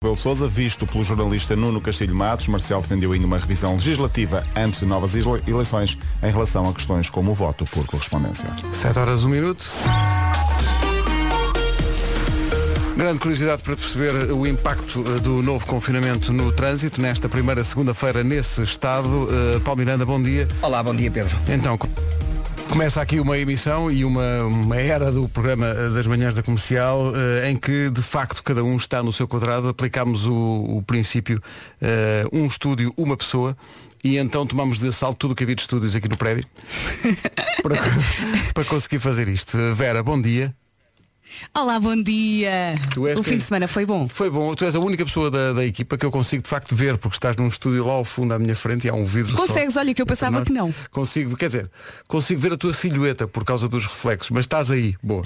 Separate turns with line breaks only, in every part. Rebelo de Sousa, visto pelo jornalista Nuno Castilho Matos, Marcial defendeu ainda uma revisão legislativa antes de novas isla- eleições em relação a questões como o voto por correspondência.
7 horas, 1 minuto. Grande curiosidade para perceber o impacto eh, do novo confinamento no trânsito nesta primeira segunda-feira nesse estado. Eh, Paulo Miranda, bom dia.
Olá, bom dia Pedro.
Então, co- começa aqui uma emissão e uma, uma era do programa eh, das manhãs da comercial eh, em que, de facto, cada um está no seu quadrado. Aplicámos o, o princípio eh, um estúdio, uma pessoa. E então tomamos de assalto tudo o que havia de estúdios aqui no prédio para, co- para conseguir fazer isto. Eh, Vera, bom dia.
Olá, bom dia.
Tu és
o
quem?
fim de semana foi bom.
Foi bom, tu és a única pessoa da, da equipa que eu consigo de facto ver, porque estás num estúdio lá ao fundo à minha frente e há um vidro só.
Consegues, olha, que eu pensava
Nós-
que não.
Consigo, quer dizer, consigo ver a tua silhueta por causa dos reflexos, mas estás aí, boa.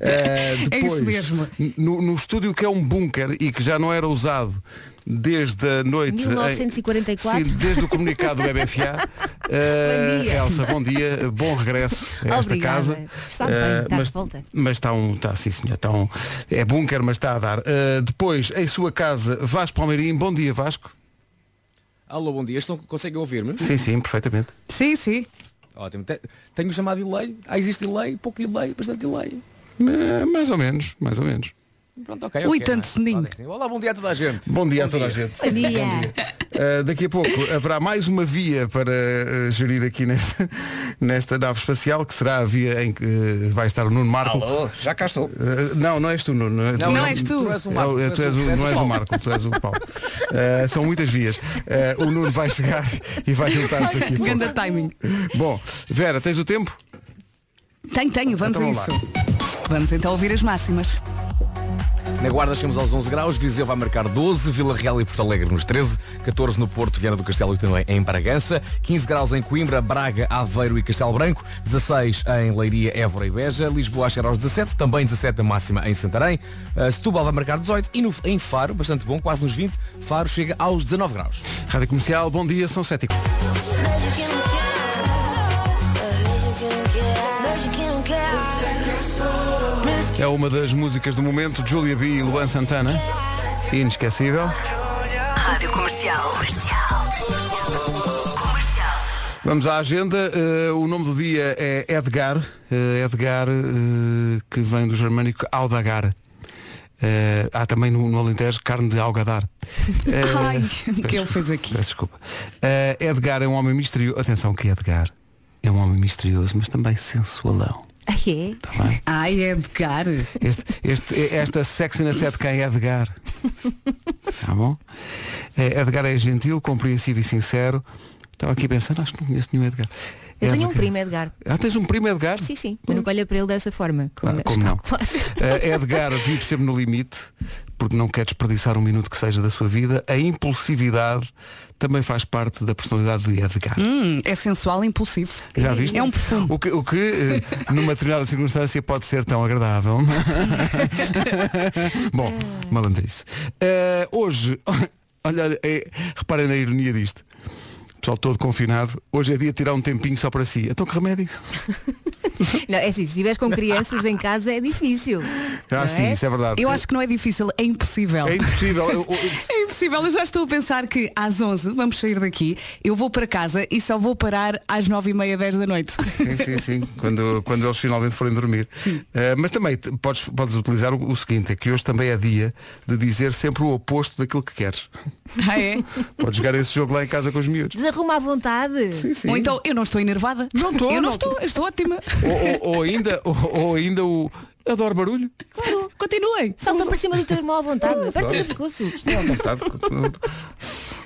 Eh,
É isso mesmo.
No, no estúdio que é um bunker e que já não era usado desde a noite. em-
1944.
Sim, desde o comunicado do BBFA. Eh,
Bom dia.
Elsa, bom dia, bom regresso a esta
Obrigada.
casa.
Está bem,
Eh,
está de
mas,
volta.
mas está um, está sim senhor, está um, é bunker, mas está a dar. Eh, depois, em sua casa, Vasco Palmeirim, bom dia Vasco.
Alô, bom dia. Estão, conseguem ouvir-me?
Sim, sim, perfeitamente.
Sim, sim.
Ótimo. Te- Tenho chamado delay. Ah, existe delay, pouco delay, bastante delay.
Eh, mais ou menos, mais ou menos.
Pronto, ok.
Ui,
ok,
tanto
não é?
sininho.
Podem sim. Olá, bom dia a toda a gente.
Bom dia a toda a gente.
Bom dia.
Uh, daqui a pouco haverá mais uma via para uh, gerir aqui nesta, nesta nave espacial, que será a via em que uh, vai estar o Nuno Marco.
Alô, já cá estou.
Uh, não, não és tu, Nuno. Não,
Não és tu.
és o
É
Marco.
o- é, tu és o- não és o Marco, tu és o Paulo. Uh, são muitas vias. Uh, o Nuno vai chegar e vai juntar-se daqui a
Ganda
pouco.
timing.
Bom, Vera, tens o tempo?
Tenho, tenho, vamos
Então
a
vamos
isso. Vamos então ouvir as máximas.
Na Guarda chegamos aos 11 graus, Viseu vai marcar 12, Vila Real e Porto Alegre nos 13, 14 no Porto, Viana do Castelo e também em Bragança, 15 graus em Coimbra, Braga, Aveiro e Castelo Branco, 16 em Leiria, Évora e Beja, Lisboa a chegar aos 17, também 17 a máxima em Santarém, eh, Setúbal vai marcar 18 e no, em Faro, bastante bom, quase nos 20, Faro chega aos 19 graus.
Rádio Comercial, bom dia, são sete e É uma das músicas do momento, Julia B e Luan Santana. Inesquecível.
Rádio Comercial. Comercial. Comercial.
Vamos à agenda. Eh, o nome do dia é Edgar. Eh, Edgar, eh, que vem do germânico Aldagar. Eh, há também no, no Alentejo carne de algadar. Eh,
Ai, o
peço
que ele fez aqui?
Peço desculpa. Eh, Edgar é um homem misterioso. Atenção que Edgar é um homem misterioso, mas também sensualão.
Ai, é?
Tá bem?
Ai, Edgar.
Este, este, esta sexiness é de quem é Edgar. Tá bom? Eh, Edgar é gentil, compreensivo e sincero. Estava aqui pensando, acho que não conheço nenhum Edgar.
É,
Eu tenho um
Edgar.
primo, Edgar.
Ah, tens um primo Edgar?
Sim, sim. Mas nunca olha para ele dessa forma.
Ah, como não?
Claro.
Eh, Edgar vive sempre no limite, porque não quer desperdiçar um minuto que seja da sua vida. A impulsividade também faz parte da personalidade de Edgar.
Hum, é sensual e impulsivo.
Já viste?
É um perfume.
O que, o que, eh, numa determinada circunstância pode ser tão agradável. Bom, malandrice. Eh, hoje, olha, olha, eh, reparem na ironia disto. O pessoal todo confinado, hoje é dia de tirar um tempinho só para si. Então que remédio?
Não, é assim, se estiveres com crianças em casa é difícil.
Ah,
Não
sim,
é?
isso é verdade.
Eu acho que não é difícil, é impossível.
É impossível. Eu- eu-
É impossível, eu já estou a pensar que às 11 vamos sair daqui, eu vou para casa e só vou parar às 9 e meia, 10 da noite.
Sim, sim, sim. Quando, quando eles finalmente forem dormir. Eh, mas também te- podes, podes utilizar o, o seguinte, é que hoje também é dia de dizer sempre o oposto daquilo que queres.
Ah, é?
Podes jogar esse jogo lá em casa com os miúdos.
Desarruma à vontade.
Sim, sim.
Ou então eu não estou enervada.
Não estou,
Eu não,
não.
estou, eu estou ótima.
Ou, ou- ou ainda, ou, ou ainda o. Adoro barulho.
Claro, continuem.
Salta para cima do teu irmão à vontade. Aperta-lhe o pescoço.
Um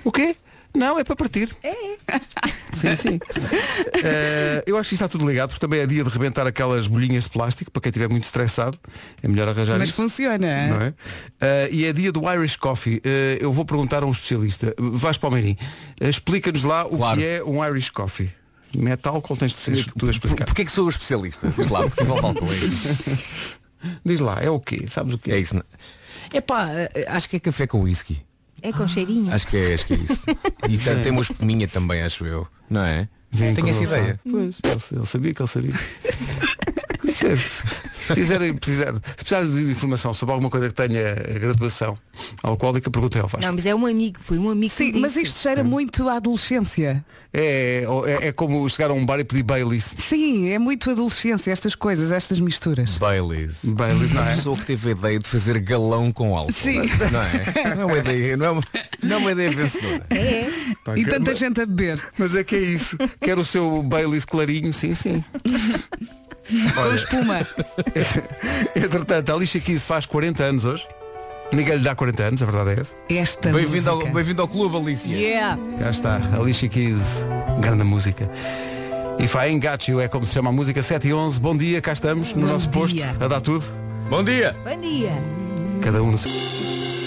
O quê? Não, é para partir. É. Sim, sim. Eh, eu acho que isto está tudo ligado, porque também é dia de rebentar aquelas bolhinhas de plástico, para quem estiver muito estressado, é melhor arranjar
Mas
isso.
funciona.
Não é? Eh, e é dia do Irish Coffee. Eh, eu vou perguntar a um especialista. Vais Palmeirim, eh, explica-nos lá o
Claro.
que é um Irish Coffee. Metal, qual tens de ser? Tu a
Por,
explicar.
porquê que sou o especialista? Diz lá, porque não faltou isso.
Diz lá, é o quê? Sabes o quê?
É isso. não- É pá, acho que é café com whisky.
É com cheirinho.
Acho que é, acho que é isso. E tem, tem uma espuminha também, acho eu. Não é?
Vem
Tenho
com
essa
ele,
ideia.
sabe? Pois, ele, ele sabia que ele sabia. Se quiserem precisar, se precisarem de informação sobre alguma coisa que tenha graduação alcoólica, perguntem ao Vasco.
Não, mas é um amigo, foi um amigo que
Sim,
me
mas
disse.
isto cheira muito à adolescência.
É, é, é como chegar a um bar e pedir Baileys.
Sim, é muito adolescência, estas coisas, estas misturas.
Baileys.
Baileys, não
A
é?
pessoa que teve a ideia de fazer galão com álcool.
Sim.
Não é? Não é uma ideia, não é uma, não é uma ideia vencedora.
É,
Pá,
E
que-
tanta
mas,
gente a beber.
mas é que é isso. Quer o seu Baileys clarinho, sim, sim.
Com espuma.
Entretanto, a Alicia Keys faz 40 anos hoje. Ninguém lhe dá 40 anos, a verdade é essa.
Esta
Bem-vindo ao,
música.
bem-vindo ao clube, Alicia.
yeah.
Cá está, Alicia Keys, grande música. E Faem Gacho é como se chama a música 7 e 11. Bom dia, cá estamos no
Bom
nosso posto
dia.
a dar tudo.
Bom dia.
Bom dia.
Cada um no seu.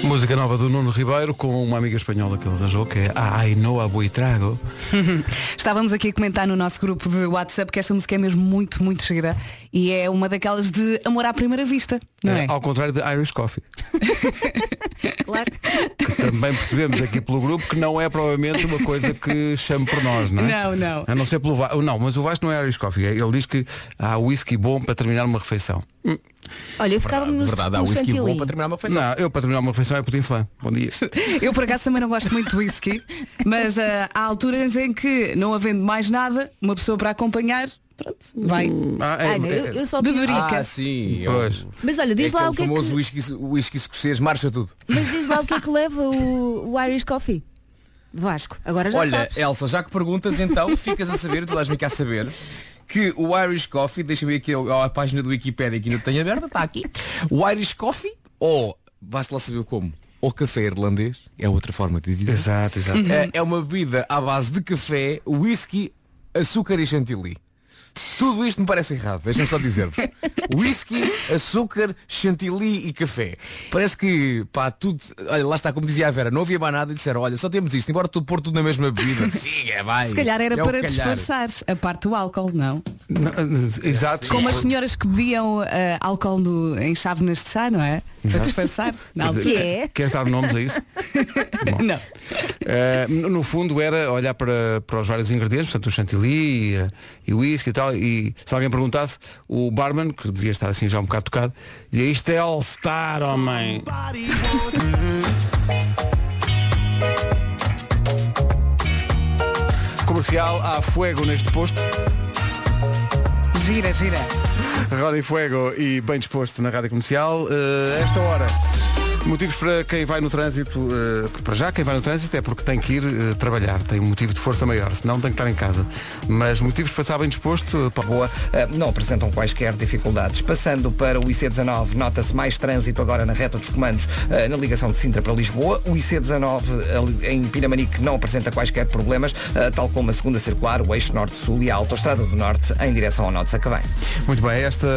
Música nova do Nuno Ribeiro com uma amiga espanhola que ele arranjou que é Ai Noa Buitrago.
Estávamos aqui a comentar no nosso grupo de WhatsApp que esta música é mesmo muito, muito gira. E é uma daquelas de amor à primeira vista, não
Eh,
é?
Ao contrário de Irish Coffee.
Claro.
Também percebemos aqui pelo grupo que não é provavelmente uma coisa que chame por nós, não é?
Não, não.
A não ser pelo Vasco. Não, mas o Vasco não é Irish Coffee. Ele diz que há whisky bom para terminar uma refeição.
Olha, eu ficava nos
Verdade, há
no
whisky bom
um chantilly.
para terminar uma
é.
refeição.
Não, eu para terminar uma refeição é pudim flan. Bom dia.
Eu por acaso também não gosto muito de whisky, mas ah, há alturas em que, não havendo mais nada, uma pessoa para acompanhar, pronto, vai.
Ah, é-
Ah, não, eu, eu só
Beberica.
tive...
Ah, sim.
Pois.
Mas olha, diz
é
lá
aquele
o que é
famoso
que...
whisky, whisky escocês, marcha tudo.
Mas diz lá o que é que leva o, o Irish Coffee. Vasco, agora já
Olha, é
sabes.
Elsa, já que perguntas, então ficas a saber, tu dás-me cá a saber, que o Irish Coffee, deixa-me ir aqui ao- à página do Wikipedia que ainda tenho aberta, está aqui. O Irish Coffee, ou, basta lá saber como, ou café irlandês, é outra forma de dizer.
Exato, exato.
Uhum.
É- É uma bebida à base de café, whisky, açúcar e chantilly. Tudo isto me parece errado, deixem-me só dizer-vos. Whisky, açúcar, chantilly e café. Parece que, pá, tudo. Olha, lá está, como dizia a Vera, não havia mais nada e disseram, olha, só temos isto, embora tu pôr tudo na mesma bebida. Siga, vai.
Se calhar era
É o
para
calhar.
disfarçar a parte do álcool, não?
Não, eh, Exato.
Como
é
as senhoras que bebiam ah, álcool no- em chávenas de chá, não é? Para disfarçar. na altura.
Que é?
Queres dar nomes a isso?
Não.
Eh, no no fundo era olhar para, para os vários ingredientes, portanto o chantilly e, eh, e o whisky e tal, e se alguém perguntasse, o barman, que devia estar assim já um bocado tocado, dizia isto é All Star, homem. Comercial há fuego neste posto.
Gira, gira.
Rádio Fuego e bem disposto na Rádio Comercial. Eh, esta hora. Motivos para quem vai no trânsito, eh, que para já quem vai no trânsito é porque tem que ir eh, trabalhar, tem um motivo de força maior, senão tem que estar em casa. Mas motivos para estar bem disposto, eh, pá,
Boa, eh, não apresentam quaisquer dificuldades. Passando para o IC19, nota-se mais trânsito agora na reta dos comandos eh, na ligação de Sintra para Lisboa. O IC19 ali em Pinamanique não apresenta quaisquer problemas, eh, tal como a segunda circular, o eixo norte-sul e a autoestrada do norte em direção ao norte de Sacavém.
Muito bem, esta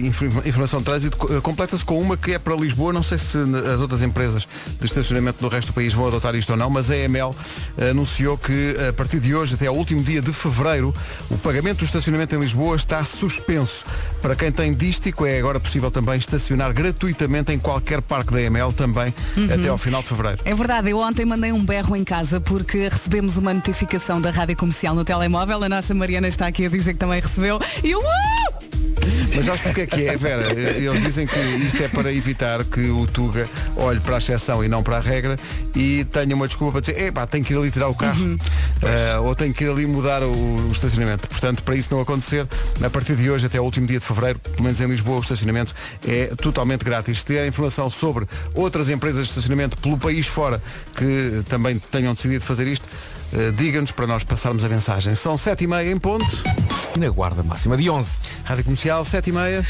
infor- informação de trânsito co- eh, completa-se com uma que é para Lisboa, não sei se n- as outras empresas de estacionamento do resto do país vão adotar isto ou não, mas a EML eh, anunciou que a partir de hoje, até ao último dia de fevereiro, o pagamento do estacionamento em Lisboa está suspenso. Para quem tem dístico, é agora possível também estacionar gratuitamente em qualquer parque da EML também até ao final de fevereiro.
É verdade, eu ontem mandei um berro em casa porque recebemos uma notificação da rádio comercial no telemóvel. A nossa Mariana está aqui a dizer que também recebeu. E eu. "Ah!"
Mas sabes porque é que é, Vera? Eles dizem que isto é para evitar que o Tuga olhe para a exceção e não para a regra e tenha uma desculpa para dizer, epá, tenho que ir ali tirar o carro eh, ou tenho que ir ali mudar o, o estacionamento. Portanto, para isso não acontecer, a partir de hoje até o último dia de fevereiro, pelo menos em Lisboa, o estacionamento é totalmente grátis. Se tiver informação sobre outras empresas de estacionamento pelo país fora que também tenham decidido fazer isto, eh, diga-nos para nós passarmos a mensagem. São sete e meia em ponto.
Na guarda máxima de 11.
Rádio Comercial, 7 e meia.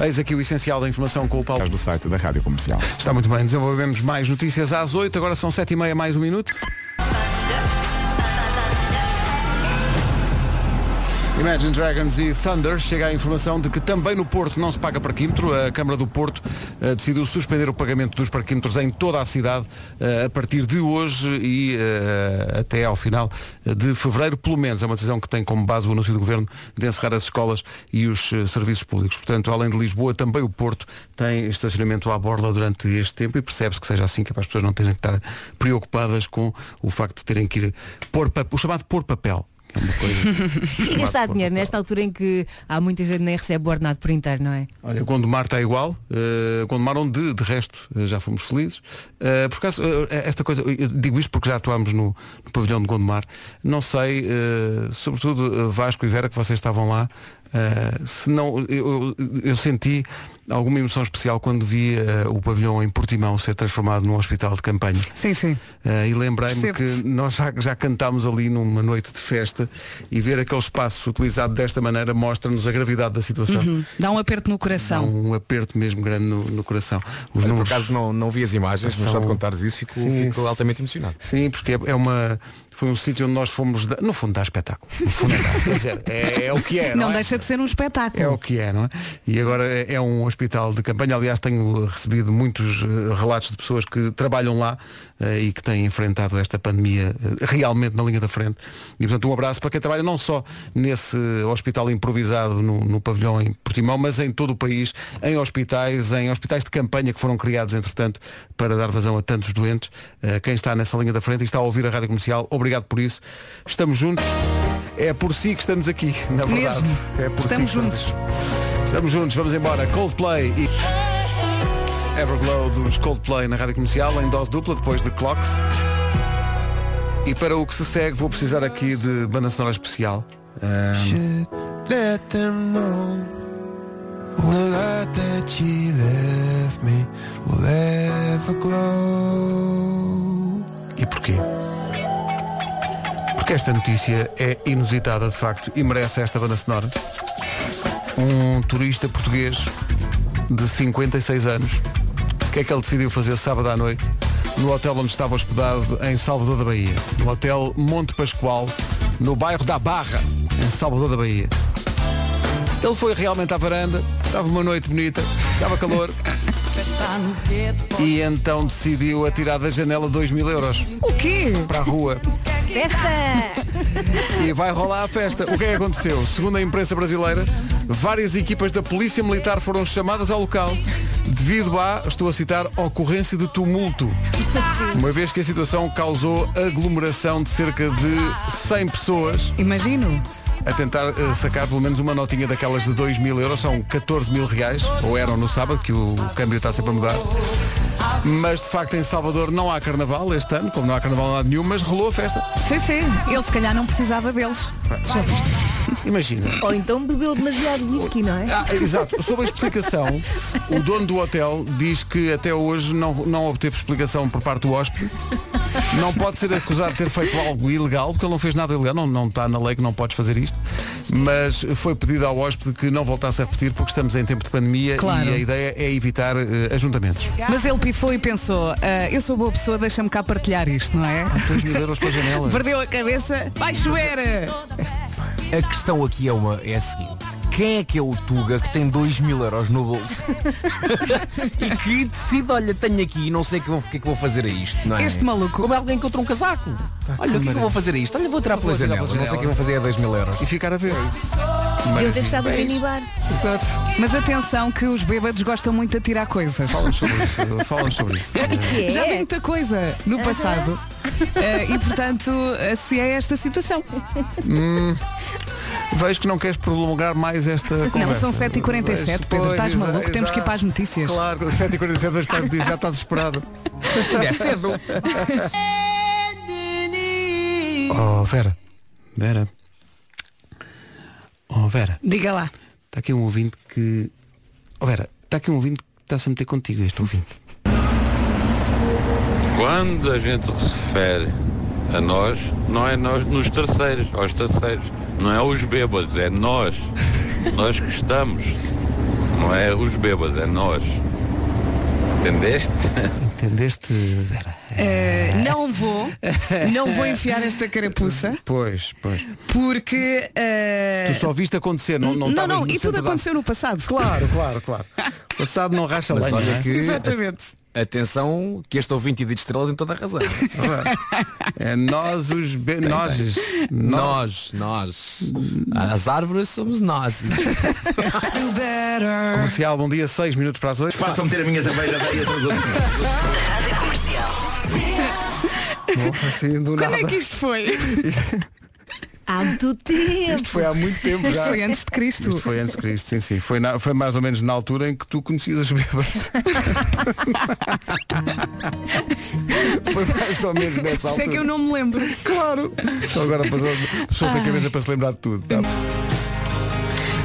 Eis aqui o essencial da informação com o
Atrás
Paulo.
do site da Rádio Comercial.
Está muito bem, desenvolvemos mais notícias às 8, agora são 7 e meia, mais um minuto. Imagine Dragons e Thunder chega à informação de que também no Porto não se paga parquímetro. A Câmara do Porto eh, decidiu suspender o pagamento dos parquímetros em toda a cidade eh, a partir de hoje e eh, até ao final de fevereiro, pelo menos. É uma decisão que tem como base o anúncio do Governo de encerrar as escolas e os eh, serviços públicos. Portanto, além de Lisboa, também o Porto tem estacionamento à borda durante este tempo e percebe-se que seja assim, que é para as pessoas não terem de estar preocupadas com o facto de terem que ir pôr papel, o chamado pôr papel. É uma coisa.
E gastar
Marco,
dinheiro nesta altura em que há muita gente que nem recebe o ordenado por inteiro, não é?
Olha, o Gondomar está igual, eh, Gondomar onde de resto eh, já fomos felizes. Eh, por acaso, eh, esta coisa, eu digo isto porque já atuámos no, no pavilhão de Gondomar, não sei, eh, sobretudo eh, Vasco e Vera, que vocês estavam lá, eh, se não, eu, eu- eu senti alguma emoção especial quando vi eh, o pavilhão em Portimão ser transformado num hospital de campanha.
Sim, sim.
Eh, e lembrei-me que
Percebo-te.
nós já, já cantámos ali numa noite de festa e ver aquele espaço utilizado desta maneira mostra-nos a gravidade da situação.
Hum, Dá um aperto no
Há
coração.
um aperto mesmo grande no, no coração. Os
Olha, Por
números-
acaso não, não vi as imagens, mas só de
São-
contares isso fico,
Sim,
fico
sim.
altamente emocionado.
Sim, porque é, é uma. Foi um sítio onde nós fomos. dar- no fundo dá espetáculo. No fundo dá. Quer dizer, é, é o que é. Não,
Não
é?
deixa de ser um espetáculo.
É o que é, não é? E agora é é um hospital de campanha. Aliás, tenho recebido muitos eh, relatos de pessoas que trabalham lá eh, e que têm enfrentado esta pandemia eh, realmente na linha da frente. E, portanto, um abraço para quem trabalha não só nesse hospital improvisado no, no pavilhão em Portimão, mas em todo o país, em hospitais, em hospitais de campanha que foram criados, entretanto, para dar vazão a tantos doentes. Eh, Quem está nessa linha da frente e está a ouvir a Rádio Comercial, obrigado por isso. Estamos juntos. É por si que estamos aqui, na verdade.
Mesmo.
É por
Estamos
si que
juntos.
Estamos juntos, vamos embora. Coldplay e Everglow dos Coldplay na Rádio Comercial em dose dupla depois de Clocks. E para o que se segue vou precisar aqui de banda sonora especial.
Let them know the light that she left me will ever glow.
E porquê? Porque esta notícia é inusitada de facto e merece esta banda sonora. Um turista português de 56 anos, o que é que ele decidiu fazer sábado à noite no hotel onde estava hospedado em Salvador da Bahia, no hotel Monte Pascoal, no bairro da Barra, em Salvador da Bahia. Ele foi realmente à varanda, estava uma noite bonita, estava calor e então decidiu atirar da janela 2 mil euros
O quê?
para a rua
Festa!
e vai rolar a festa. O que é que aconteceu? Segundo a imprensa brasileira, várias equipas da Polícia Militar foram chamadas ao local devido à, estou a citar, ocorrência de tumulto. Uma vez que a situação causou aglomeração de cerca de 100 pessoas
Imagino.
a tentar eh, sacar pelo menos uma notinha daquelas de 2 mil euros, são 14 mil reais, ou eram no sábado, que o câmbio está sempre a mudar. Mas de facto em Salvador não há carnaval este ano, como não há carnaval em lado nenhum, mas rolou a festa.
Sim, sim. Ele se calhar não precisava deles.
Já viste? Imagina.
Ou então bebeu demasiado whisky, não é?
Ah, exato. Sobre a explicação, o dono do hotel diz que até hoje não, não obteve explicação por parte do hóspede. Não pode ser acusado de ter feito algo ilegal, porque ele não fez nada ilegal, não, não está na lei que não podes fazer isto. Mas foi pedido ao hóspede que não voltasse a repetir, porque estamos em tempo de pandemia
Claro.
e a ideia é evitar eh, ajuntamentos.
Mas ele pifou e pensou, "Ah, eu sou boa pessoa, deixa-me cá partilhar isto, não é?
2 mil euros para a janela.
Perdeu a cabeça, vai chover!
A questão aqui é, uma, é a seguinte. Quem é que é o Tuga que tem 2 mil euros no bolso e que decide, olha, tenho aqui, não sei o que, vou- o que é que vou fazer a isto, não é?
Este maluco.
Como alguém encontrou um casaco. Olha, o que é que eu vou fazer a isto? Olha, vou tirar pela
tirar
janela.
pela
Não sei o que eu vou fazer a 2 mil euros.
E ficar a ver.
Deviam ter fechado o minibar.
Exato.
Mas atenção que os bêbados gostam muito de tirar coisas.
Falam sobre isso. Falam sobre isso.
Que é?
Já vi muita coisa no passado. Ah, e portanto associei a esta situação.
Vejo que não queres prolongar mais esta conversa.
são 7h47, Pedro,
Pois,
estás
exa-
maluco? Temos que ir para as notícias.
Claro, 7h47, vamos para as notícias, já está desesperado.
É cedo.
Oh, Vera. Vera. Oh, Vera.
Diga lá.
Está aqui um ouvinte que... Oh, Vera, está aqui um ouvinte que está-se a meter contigo, este ouvinte.
Quando a gente se refere a nós, não é nós nos terceiros, aos terceiros. Não é os bêbados, é nós. nós que estamos. Não é os bêbados, é nós. Entendeste?
Entendeste, Vera?
Ah,
Eh.
não vou, não vou enfiar esta carapuça
Pois, pois.
porque. ah,
Tu só viste acontecer, não
não,
estavas
não,
no
e
centro
tudo
da-
aconteceu no passado.
Claro, claro, claro. Passado não racha
Mas
lenha,
olha
não é?
que-
Exatamente.
Atenção, que este ouvinte de estrelas tem toda a razão.
É nós os... Be... Nozes. Nós.
Nós, nós. As árvores somos nós.
Comercial, bom dia, 6 minutos para as 8.
Façam meter a minha também, já daria todos os outros.
Rádio Comercial.
Assim, do
Quando
nada.
é que isto foi?
Há muito tempo.
Isto foi há muito tempo já.
Isto foi antes de Cristo.
Isto foi antes de Cristo, sim, sim. Foi, na- foi mais ou menos na altura em que tu conhecias os bêbados. foi mais ou menos
Por isso
nessa
é
altura.
que eu não me lembro.
Claro. Só agora a pessoa, a pessoa tem
Ai.
cabeça para se lembrar de tudo. tá?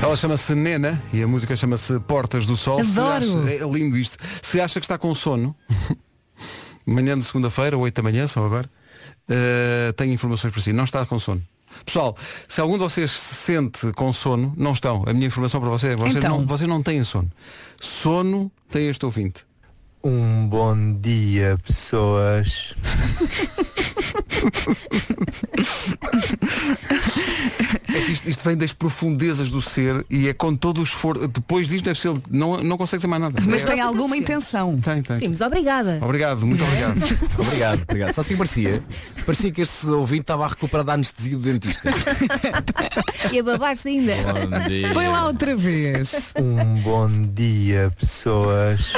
Ela chama-se Nena e a música chama-se Portas do Sol. Se
Adoro.
acha- é lindo isto. Se acha que está com sono, manhã de segunda-feira, 8 da manhã, só agora, eh, tenho informações para si. Não está com sono. Pessoal, se algum de vocês se sente com sono, não estão. A minha informação para vocês é vocês,
Então.
não, vocês não têm sono. Sono tem este ouvinte.
Um bom dia, pessoas.
É que isto, isto vem das profundezas do ser e é com todo o esforço. Depois disto deve ser. Não, não consegue dizer mais nada.
Mas
É-
tem alguma intenção.
Tem, tem.
Sim, mas obrigada.
Obrigado, muito obrigado.
obrigado, obrigado. Sabe o que parecia? Parecia que este ouvinte estava a recuperar da anestesia do dentista.
E a babar-se ainda.
Bom dia.
Foi lá outra vez.
Um bom dia, pessoas.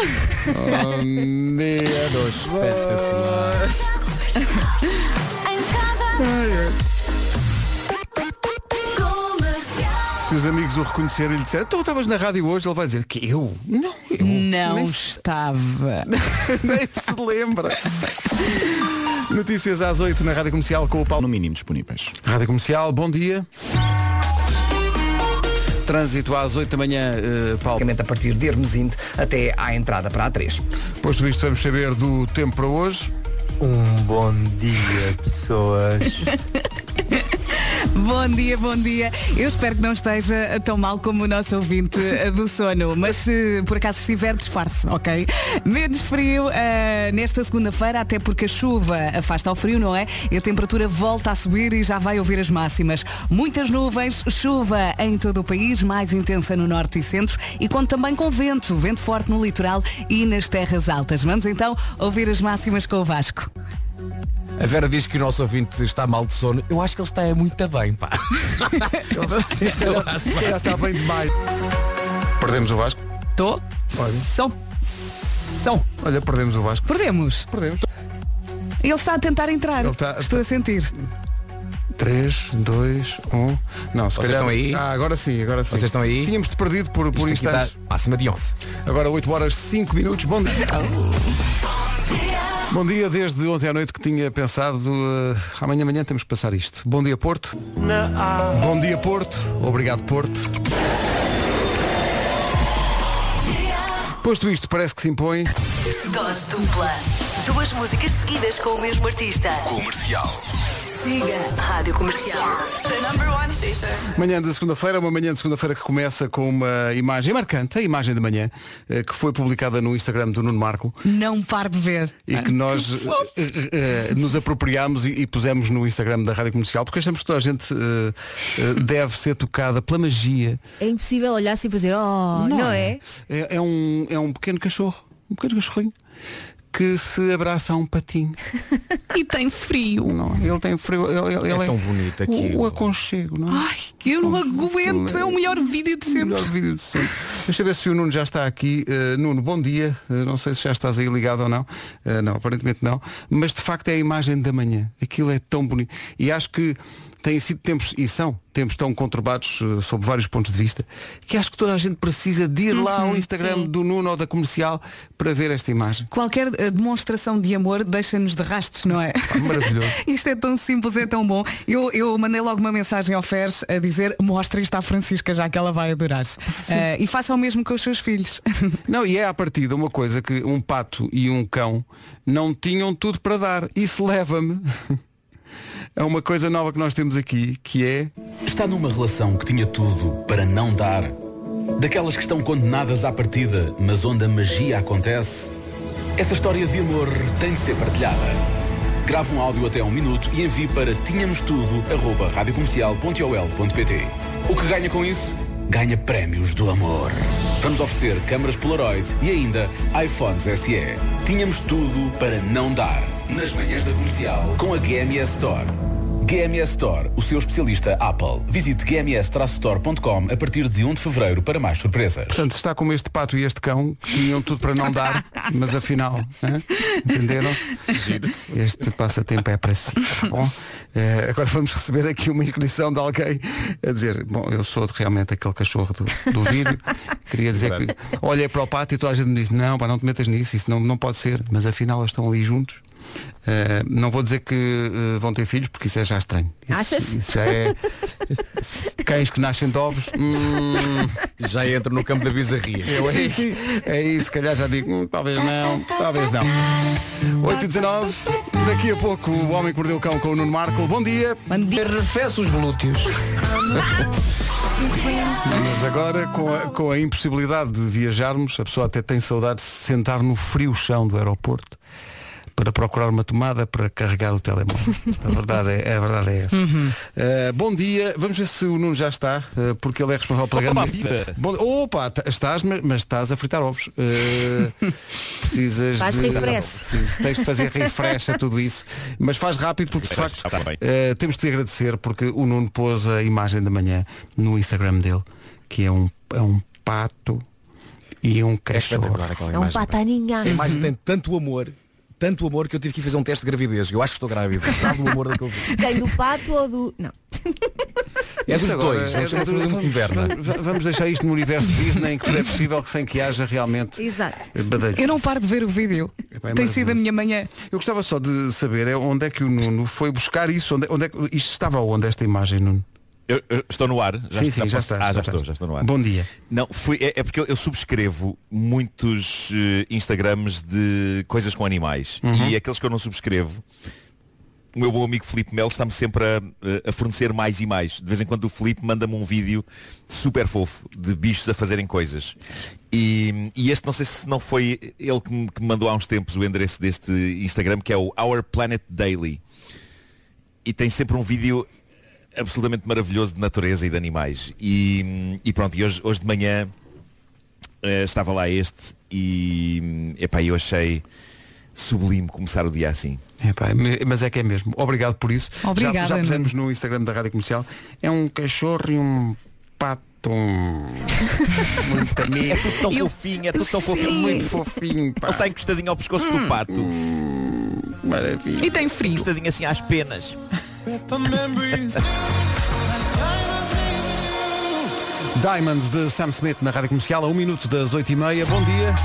Bom dia, Se os amigos o reconhecerem e lhe disserem, tu estavas na rádio hoje, ele vai dizer que eu? Não, eu.
Não
nem se-
estava.
nem se lembra. Notícias às 8 na Rádio Comercial com o Paulo.
No mínimo disponíveis.
Rádio Comercial, bom dia. Trânsito às 8 da manhã, eh, Paulo.
A partir de Hermesinde até à entrada para a A3.
Posto isto, vamos saber do tempo para hoje.
Um bom dia, pessoas.
Bom dia, bom dia. Eu espero que não esteja tão mal como o nosso ouvinte eh, do sono, mas se por acaso estiver, disfarce, ok? Menos frio eh, nesta segunda-feira, até porque a chuva afasta o frio, não é? E a temperatura volta a subir e já vai ouvir as máximas. Muitas nuvens, chuva em todo o país, mais intensa no norte e centro, e conto também com vento, vento forte no litoral e nas terras altas. Vamos então ouvir as máximas com o Vasco.
A Vera diz que o nosso ouvinte está mal de sono. Eu acho que ele está é muito bem, pá.
Se calhar está bem demais. Perdemos o Vasco.
Tô?
Olha.
São. São.
Olha, perdemos o Vasco.
Perdemos.
Perdemos.
Ele está a tentar entrar.
Ele está-
Estou a sentir.
3, 2, 1. Não, se
Vocês
calhar...
estão aí?
Ah, agora sim, agora sim.
Vocês estão aí?
Tínhamos-te perdido por, por
Isto aqui
instantes.
está acima de 11.
Agora 8 horas 5 minutos. Bom dia. Bom dia, desde ontem à noite que tinha pensado eh, amanhã amanhã temos que passar isto. Bom dia Porto. Bom dia Porto. Obrigado Porto. Posto isto, parece que se impõe.
Dose dupla. Duas músicas seguidas com o mesmo artista.
Comercial.
Siga Rádio Comercial. The number one station.
Manhã de segunda-feira, uma manhã de segunda-feira que começa com uma imagem marcante, a imagem de manhã, eh, que foi publicada no Instagram do Nuno Marco.
Não paro de ver.
e que nós eh, eh, nos apropriámos e, e pusemos no Instagram da Rádio Comercial porque achamos que toda a gente eh, eh, deve ser tocada pela magia.
É impossível olhar-se e fazer, oh, não, é?
É, é um, é um pequeno cachorro, um pequeno cachorrinho que se abraça a um patinho.
E tem frio.
Não, ele tem frio. Ele, ele-
É
ele
tão bonito
o-
aquilo.
O, aconchego, não é?
Ai, que eu não aguento. É o melhor vídeo de
O
sempre.
melhor vídeo de sempre. Deixa eu ver se o Nuno já está aqui. Eh, Nuno, bom dia. Eh, não sei se já estás aí ligado ou não. Eh, não, aparentemente não. Mas de facto é a imagem da manhã. Aquilo é tão bonito. E acho que têm sido tempos, e são tempos tão conturbados eh, sob vários pontos de vista, que acho que toda a gente precisa de ir lá
Uhum.
ao Instagram do Nuno ou da comercial para ver esta imagem.
Qualquer eh, demonstração de amor deixa-nos de rastos, não é?
Maravilhoso.
Isto é tão simples, é tão bom. Eu, eu mandei logo uma mensagem ao Feres a dizer mostra isto à Francisca, já que ela vai adorar. Eh, e faça o mesmo com os seus filhos.
Não, e é à partida uma coisa que um pato e um cão não tinham tudo para dar. Isso leva-me a É uma coisa nova que nós temos aqui, que é.
Está numa relação que tinha tudo para não dar. Daquelas que estão condenadas à partida, mas onde a magia acontece. Essa história de amor tem de ser partilhada. Grave um áudio até um minuto e envie para tínhamos tudo O que ganha com isso? Ganha prémios do amor. Vamos oferecer câmaras Polaroid e ainda iPhones SE. Tínhamos tudo para não dar. Nas manhãs da comercial com a GMS Store.
GMS Store, o seu especialista Apple. Visite gms-store.com a partir de 1 de fevereiro para mais surpresas.
Portanto, se está como este pato e este cão, que tinham tudo para não dar, mas afinal, hã? entenderam-se? Este passatempo é para si. tá Bom, Eh, agora vamos receber aqui uma inscrição de alguém a dizer, bom, eu sou realmente aquele cachorro do, do vídeo, queria dizer que olhei para o pato e toda a gente me disse, não, pá, não te metas nisso, isso não, não pode ser, mas afinal eles estão ali juntos. Eh, não vou dizer que eh, vão ter filhos porque isso é já estranho. Isso-
Achas?
Isso já é cães que nascem de ovos. hum,
Já entra no campo da bizarria.
eu é, é isso, se calhar já digo, hum, talvez não, talvez não. 8 e 19, daqui a pouco o homem que mordeu o cão com o Nuno Marco. Bom dia.
Bom dia.
Arrefece os glúteos. Mas agora, com a, com a impossibilidade de viajarmos, a pessoa até tem saudade de se sentar no frio chão do aeroporto para procurar uma tomada para carregar o telemóvel. A verdade é, a verdade é essa.
Uhum.
Uh, bom dia, vamos ver se o Nuno já está, uh, porque ele é responsável pela
Opa,
grande.
Marta.
Bom, opa, t- estás, mas, mas estás a fritar ovos. Uh, precisas
Faz
de.
refresh.
Sim, tens de fazer refresh a tudo isso. Mas faz rápido porque de facto eh, temos de te agradecer porque o Nuno pôs a imagem da manhã no Instagram dele, que é um, é um pato e um cachorro.
É um pataninhas.
A imagem tem tanto amor, tanto amor que eu tive que ir fazer um teste de gravidez. Eu acho que estou grávida. Sabe o amor daquele vídeo.
Tem do pato ou do. Não.
É dos
Isto agora
dois,
é-
é uma
é do-
família muito
vamos-
moderna.
vamos- Vamos deixar isto no universo Disney em que tudo é possível que sem que haja realmente
Exato.
eh, badalho.
Eu não paro de ver o vídeo.
pá, é
Tem sido a
maravilhoso.
minha manhã.
Eu gostava só de saber é onde é que o Nuno foi buscar isso, onde, onde é que, isto estava onde esta imagem, Nuno?
Eu, eu estou no ar?
Sim, sim, já
posso-
está,
Ah,
já
já
está.
estou, já estou no ar.
Bom dia.
Não, fui, é, é porque eu, eu subscrevo muitos eh, Instagrams de coisas com animais.
Uhum.
E aqueles que eu não subscrevo, o meu bom amigo Filipe Melo está-me sempre a, a fornecer mais e mais. De vez em quando o Filipe manda-me um vídeo super fofo de bichos a fazerem coisas. E, e este não sei se não foi ele que me, que me mandou há uns tempos o endereço deste Instagram, que é o Our Planet Daily. E tem sempre um vídeo absolutamente maravilhoso de natureza e de animais. E, e pronto, e hoje, hoje de manhã eh, estava lá este e epá, eu achei sublime começar o dia assim.
Epá, me- mas é que é mesmo. Obrigado por isso.
Obrigada,
já, já pusemos no Instagram da Rádio Comercial. É um cachorro e um pato. um- Muito amigo.
É tudo tão
Eu-
fofinho, é tudo tão
Sim.
fofinho.
Muito fofinho. Pá.
Ele está encostadinho ao pescoço do pato.
Maravilha.
E tem frio.
Encostadinho assim às penas.
Diamonds de Sam Smith na Rádio Comercial a um minuto das 8h30. Bom dia.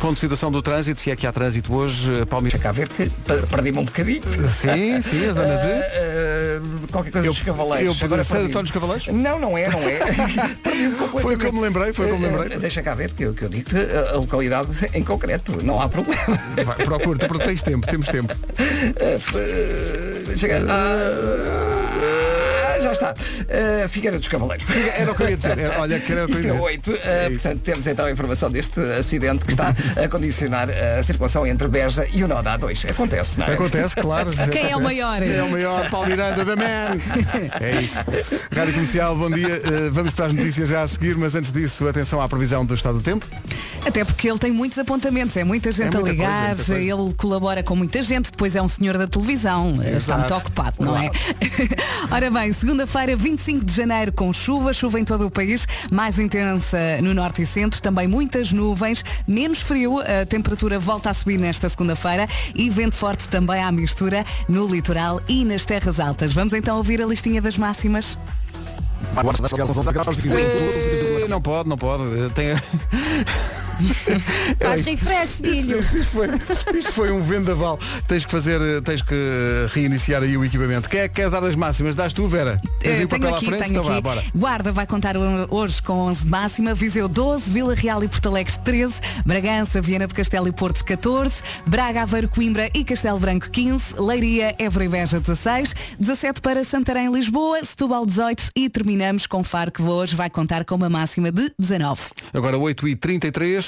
Ponto de situação do trânsito, se é que há trânsito hoje, Palmeiras.
Cá ver que per- perdi-me um bocadinho.
Sim, sim, a zona de.
Ah, ah, qualquer coisa
Eu-
dos cavaleiros.
eu-
Agora
Santo
perdi-me.
António dos Cavaleiros?
Não, não é, não é. Perdi-me completamente.
Foi o que eu me lembrei, foi o que eu me lembrei.
Ah, ah, Deixa cá ver que eu, que eu digo-te eh, a a localidade em concreto. Não há problema. Eh,
Vai, procura, tu tens tempo, temos tempo. Eh.
Deixa cá. eh, Ah, ah, já está. Ah, Figueira dos Cavaleiros.
Era o que eu ia dizer. Era- olha, que era o que eu ia dizer. É
IP8. Uh, portanto, temos então a informação deste acidente que está a condicionar uh, a circulação entre Beja e o Noda A2. Acontece, não é?
Acontece, claro.
assim.
Quem é o maior?
É o maior, Paulo Miranda da Man. É isso. Rádio Comercial, bom dia. Eh, vamos para as notícias já a seguir, mas antes disso, atenção à previsão do estado do tempo.
Até porque ele tem muitos apontamentos, é muita gente
muita
a ligar,
coisa, muita
ele colabora com muita gente, depois é um senhor da televisão, eh, está muito ocupado, não é? Ora bem, segunda-feira, 25 de janeiro, com chuva, chuva em todo o país, mais intensa no norte e centro, também muitas nuvens, menos frio, a temperatura volta a subir nesta segunda-feira e vento forte também à mistura no litoral e nas terras altas. Vamos então ouvir a listinha das máximas.
Agora está a chegar aos 11 graus, dizem
Eh, não pode, não pode. Eh, Tem...
Faz
É
refresh, filho.
Isto foi, isto foi um vendaval. Tens que fazer, eh, tens que eh, reiniciar aí o equipamento. Quer, quer dar as máximas? Dás tu, Vera? Tens aí
Eh,
o papel
tenho
à
aqui,
frente?
tenho
então vá,
aqui.
bora.
Guarda vai contar um- hoje com 11 de máxima, Viseu 12, Vila Real e Porto Alegre 13, Bragança, Viana do Castelo e Porto 14, Braga, Aveiro, Coimbra e Castelo Branco 15, Leiria, Évora e Beja 16, 17 para Santarém, Lisboa, Setúbal 18 e terminamos com Faro que hoje vai contar com uma máxima de 19.
Agora 8h33.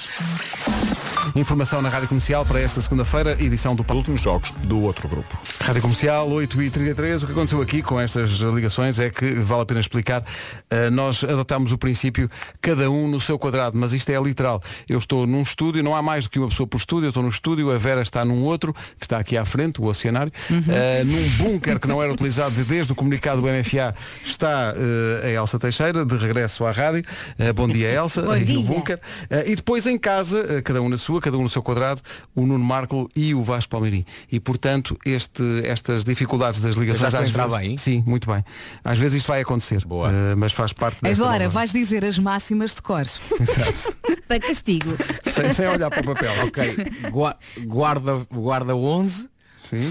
Informação na Rádio Comercial para esta segunda-feira, edição do
Últimos Jogos do outro grupo.
Rádio Comercial 8 e 33 O que aconteceu aqui com estas ligações é que, vale a pena explicar, eh, nós adotámos o princípio cada um no seu quadrado, mas isto é literal. Eu estou num estúdio, não há mais do que uma pessoa por estúdio, eu estou num estúdio, a Vera está num outro, que está aqui à frente, o Oceanário, eh, num bunker que não era utilizado desde o comunicado do MFA, está eh, a Elsa Teixeira, de regresso à rádio. Eh, bom dia, Elsa,
Bom
aí
dia.
no bunker. Eh, e depois em casa, eh, cada um na sua, cada um no seu quadrado, o Nuno Marco e o Vasco Palmeirim. E portanto, este, estas dificuldades das ligações
Já
às
está a
vezes,
entrar
Sim, muito bem. Às vezes isto vai acontecer. eh, mas faz parte desta
Agora
nova-
vais dizer as máximas de cores.
Para castigo.
Sem- sem olhar para o papel.
Ok. Gua- guarda, guarda 11,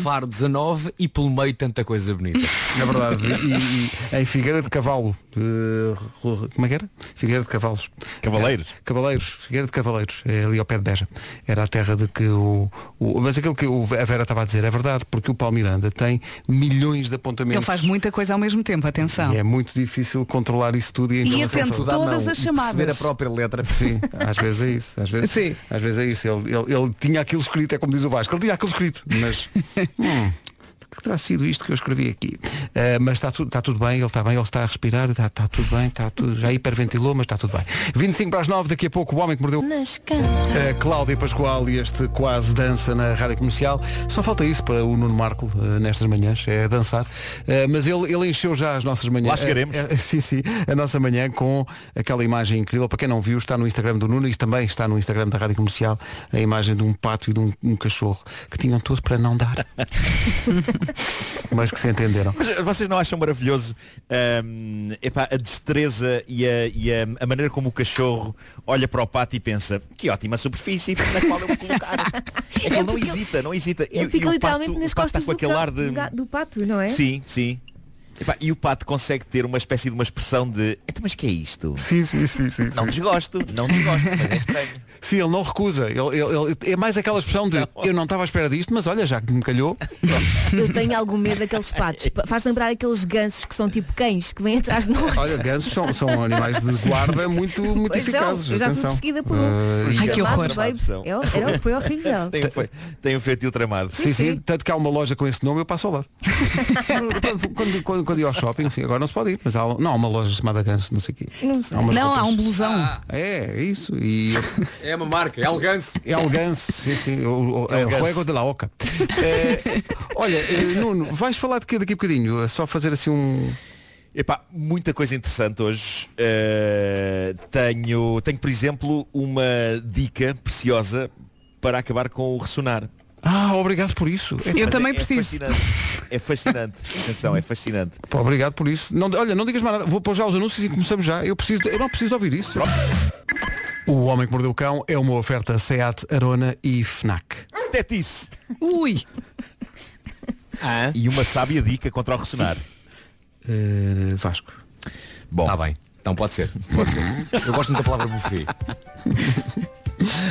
Faro 19 e pelo meio tanta coisa bonita.
Na verdade, e, e- em Figueira de Cavalo. eh, ru- como é que era? Figueira de Cavalos.
Cavaleiros.
É, Cavaleiros, Figueira de Cavaleiros, é ali ao pé de Beja. Era a terra de que o. o- mas aquilo que o- a Vera estava a dizer é verdade, porque o Palmiranda tem milhões de apontamentos.
Ele faz muita coisa ao mesmo tempo, atenção.
E é muito difícil controlar isso tudo e, a
E
informação
atento
toda.
todas as chamadas.
Perceber a própria letra.
Sim, às vezes é isso. Às vezes,
Sim.
Às vezes é isso. Ele, ele- ele tinha aquilo escrito, é como diz o Vasco, ele tinha aquilo escrito, mas. hum, que terá sido isto que eu escrevi aqui? Eh, mas está tudo, está tudo bem, ele está bem, ele está a respirar, está, está tudo bem, está tudo, já hiperventilou, mas está tudo bem. 25 para as 9, daqui a pouco o homem que mordeu. A É, Cláudia Pascoal e este quase dança na rádio comercial. Só falta isso para o Nuno Marco eh, nestas manhãs, é dançar. Eh, mas ele, ele encheu já as nossas manhãs.
Lá chegaremos.
Eh, eh, sim, sim, a nossa manhã com aquela imagem incrível. Para quem não viu, está no Instagram do Nuno e também está no Instagram da rádio comercial a imagem de um pato e de um, um cachorro que tinham tudo para não dar. mas que se entenderam.
Mas eh, vocês não acham maravilhoso ahm, epá, a destreza e, a, e a- a maneira como o cachorro olha para o pato e pensa que ótima superfície na qual eu me colocar. é que ele não hesita, não hesita. E,
Ele
e
fica
o
literalmente
pato,
nas
o pato
costas
está
do,
com aquele
ca-
ar de...
do ga- do pato, não é?
Sim, sim. Epá, e o pato consegue ter uma espécie de uma expressão de "Então, mas que é isto?
Sim, sim, sim, sim.
Não desgosto, não desgosto, mas é estranho.
Sim, ele não recusa. Ele, ele- ele- é mais aquela expressão de eu não estava à espera disto, mas olha, já que me calhou.
Eu tenho algum medo daqueles patos. Pa- Faz lembrar aqueles gansos que são tipo cães que vêm atrás de nós.
Olha, gansos são, são animais de guarda muito, muito
é. Pois são.
eficazes.
Eu já fui
atenção.
perseguida por um.
Eh,
Ai, que horror.
Tramado são.
É, era- foi horrível. É
Tem um fe- Tem um feitio tramado.
Sim, sim, tanto que há uma loja com esse nome, eu passo ao lado. quando, quando, quando, quando ia ao shopping, sim, agora não se pode ir, mas há, não, há uma loja chamada Ganso, não sei o quê.
Não sei.
umas
Não, há
roupas-
um blusão.
É, isso. E
É uma marca, é Alganço.
é o Ganso, sim, sim. O, o, é o
Ganso.
Juego de la Oca. Eh, olha, eh, Nuno, vais falar de quê daqui a bocadinho? É Só fazer assim um.
Epá, muita coisa interessante hoje. Eh, tenho, tenho, por exemplo, uma dica preciosa para acabar com o ressonar.
Ah, obrigado por isso.
Mas é- é Fascinante. É fascinante. Atenção, é fascinante.
Pá, obrigado por isso. Não, olha, não digas mais nada. Vou pôr já os anúncios e começamos já. Eu, preciso, eu não preciso de ouvir isso. O Homem que Mordeu o Cão é uma oferta SEAT, Arona e FNAC.
Tetice.
Ui!
E uma sábia dica contra o ressonar.
Eh, Vasco.
Bom.
Está bem. Então pode ser. Pode ser. Eu gosto muito da palavra buffet.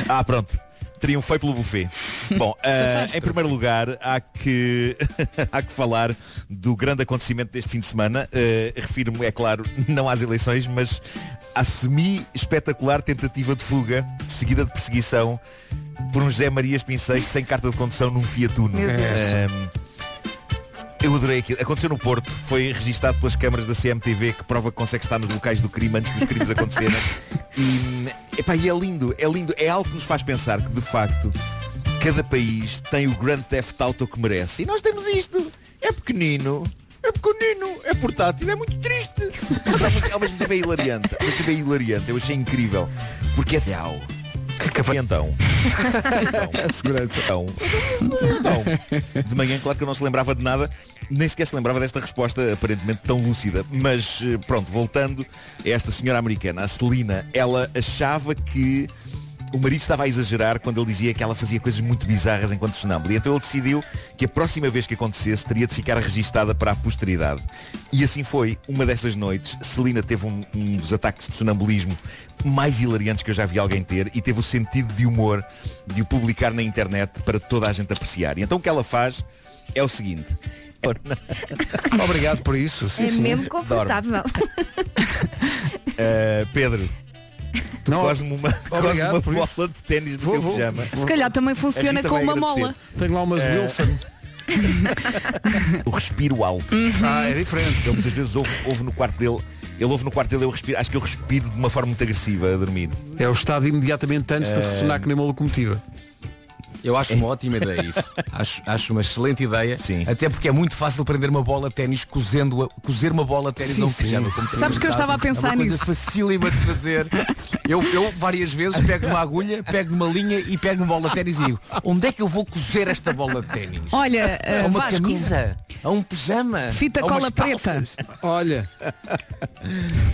Ah, pronto. Triunfei pelo buffet. Bom, ah, em primeiro lugar, há que, há que falar do grande acontecimento deste fim de semana. Ah, Refiro-me, é claro, não às eleições, mas à semi-espetacular tentativa de fuga, seguida de perseguição, por um José Marias Pinceiros sem carta de condução num Fiat Uno.
Meu Deus.
Ah, eu adorei aquilo. Aconteceu no Porto, foi registado pelas câmaras da CMTV, que prova que consegue estar nos locais do crime antes dos crimes acontecerem. E, hum, epá, e é lindo, é lindo. É algo que nos faz pensar que, de facto, cada país tem o Grand Theft Auto que merece. E nós temos isto. É pequenino. É pequenino, é portátil, é muito triste. Mas ao mesmo- ao mesmo tempo é hilariante. Ao mesmo tempo é hilariante. Eu achei incrível. Porque é Dow. Que então?
Segurança.
Então, então, de manhã, claro que eu não se lembrava de nada, nem sequer se lembrava desta resposta aparentemente tão lúcida. Mas eh, pronto, voltando a esta senhora americana, a Celina, ela achava que o marido estava a exagerar quando ele dizia que ela fazia coisas muito bizarras enquanto sonâmbula. E então ele decidiu que a próxima vez que acontecesse teria de ficar registada para a posteridade. E assim foi. Uma destas noites, Celina teve um, um dos ataques de sonambulismo mais hilariantes que eu já vi alguém ter e teve o sentido de humor de o publicar na internet para toda a gente apreciar. E então o que ela faz é o seguinte.
Obrigado por isso.
É mesmo confortável.
Uh, Eh, Pedro,
Não, quase uma, quase
Oh, Obrigado
uma
por
bola
isso.
de ténis do
Vou-
teu
vou-
pijama.
Se calhar também funciona
Anitta
com
vai
uma
agradecer.
mola.
Tenho lá umas
Eh,
Wilson.
O respiro alto.
Uhum.
Ah, é diferente.
Ele muitas vezes ouve, ouve no quarto dele. Ele ouve no quarto dele, eu respiro. Acho que eu respiro de uma forma muito agressiva a dormir.
É o estado imediatamente antes de
Eh,
ressonar que nem uma locomotiva.
Eu acho uma ótima ideia isso. Acho, acho uma excelente ideia. Até porque é muito fácil prender uma bola de ténis cozendo a- cozer uma bola de ténis
Sim,
a um
sim.
pijama. como tu
Sabes que eu estava a
perguntaste.
pensar
é uma
nisso.
coisa facílima de fazer. Eu, eu várias vezes pego uma agulha, pego uma linha e pego uma bola de ténis e digo, onde é que eu vou cozer esta bola de ténis?
Olha, eh,
a uma
Vasco,
camisa? A um pijama?
Fita
a umas
cola preta.
calças?
Olha.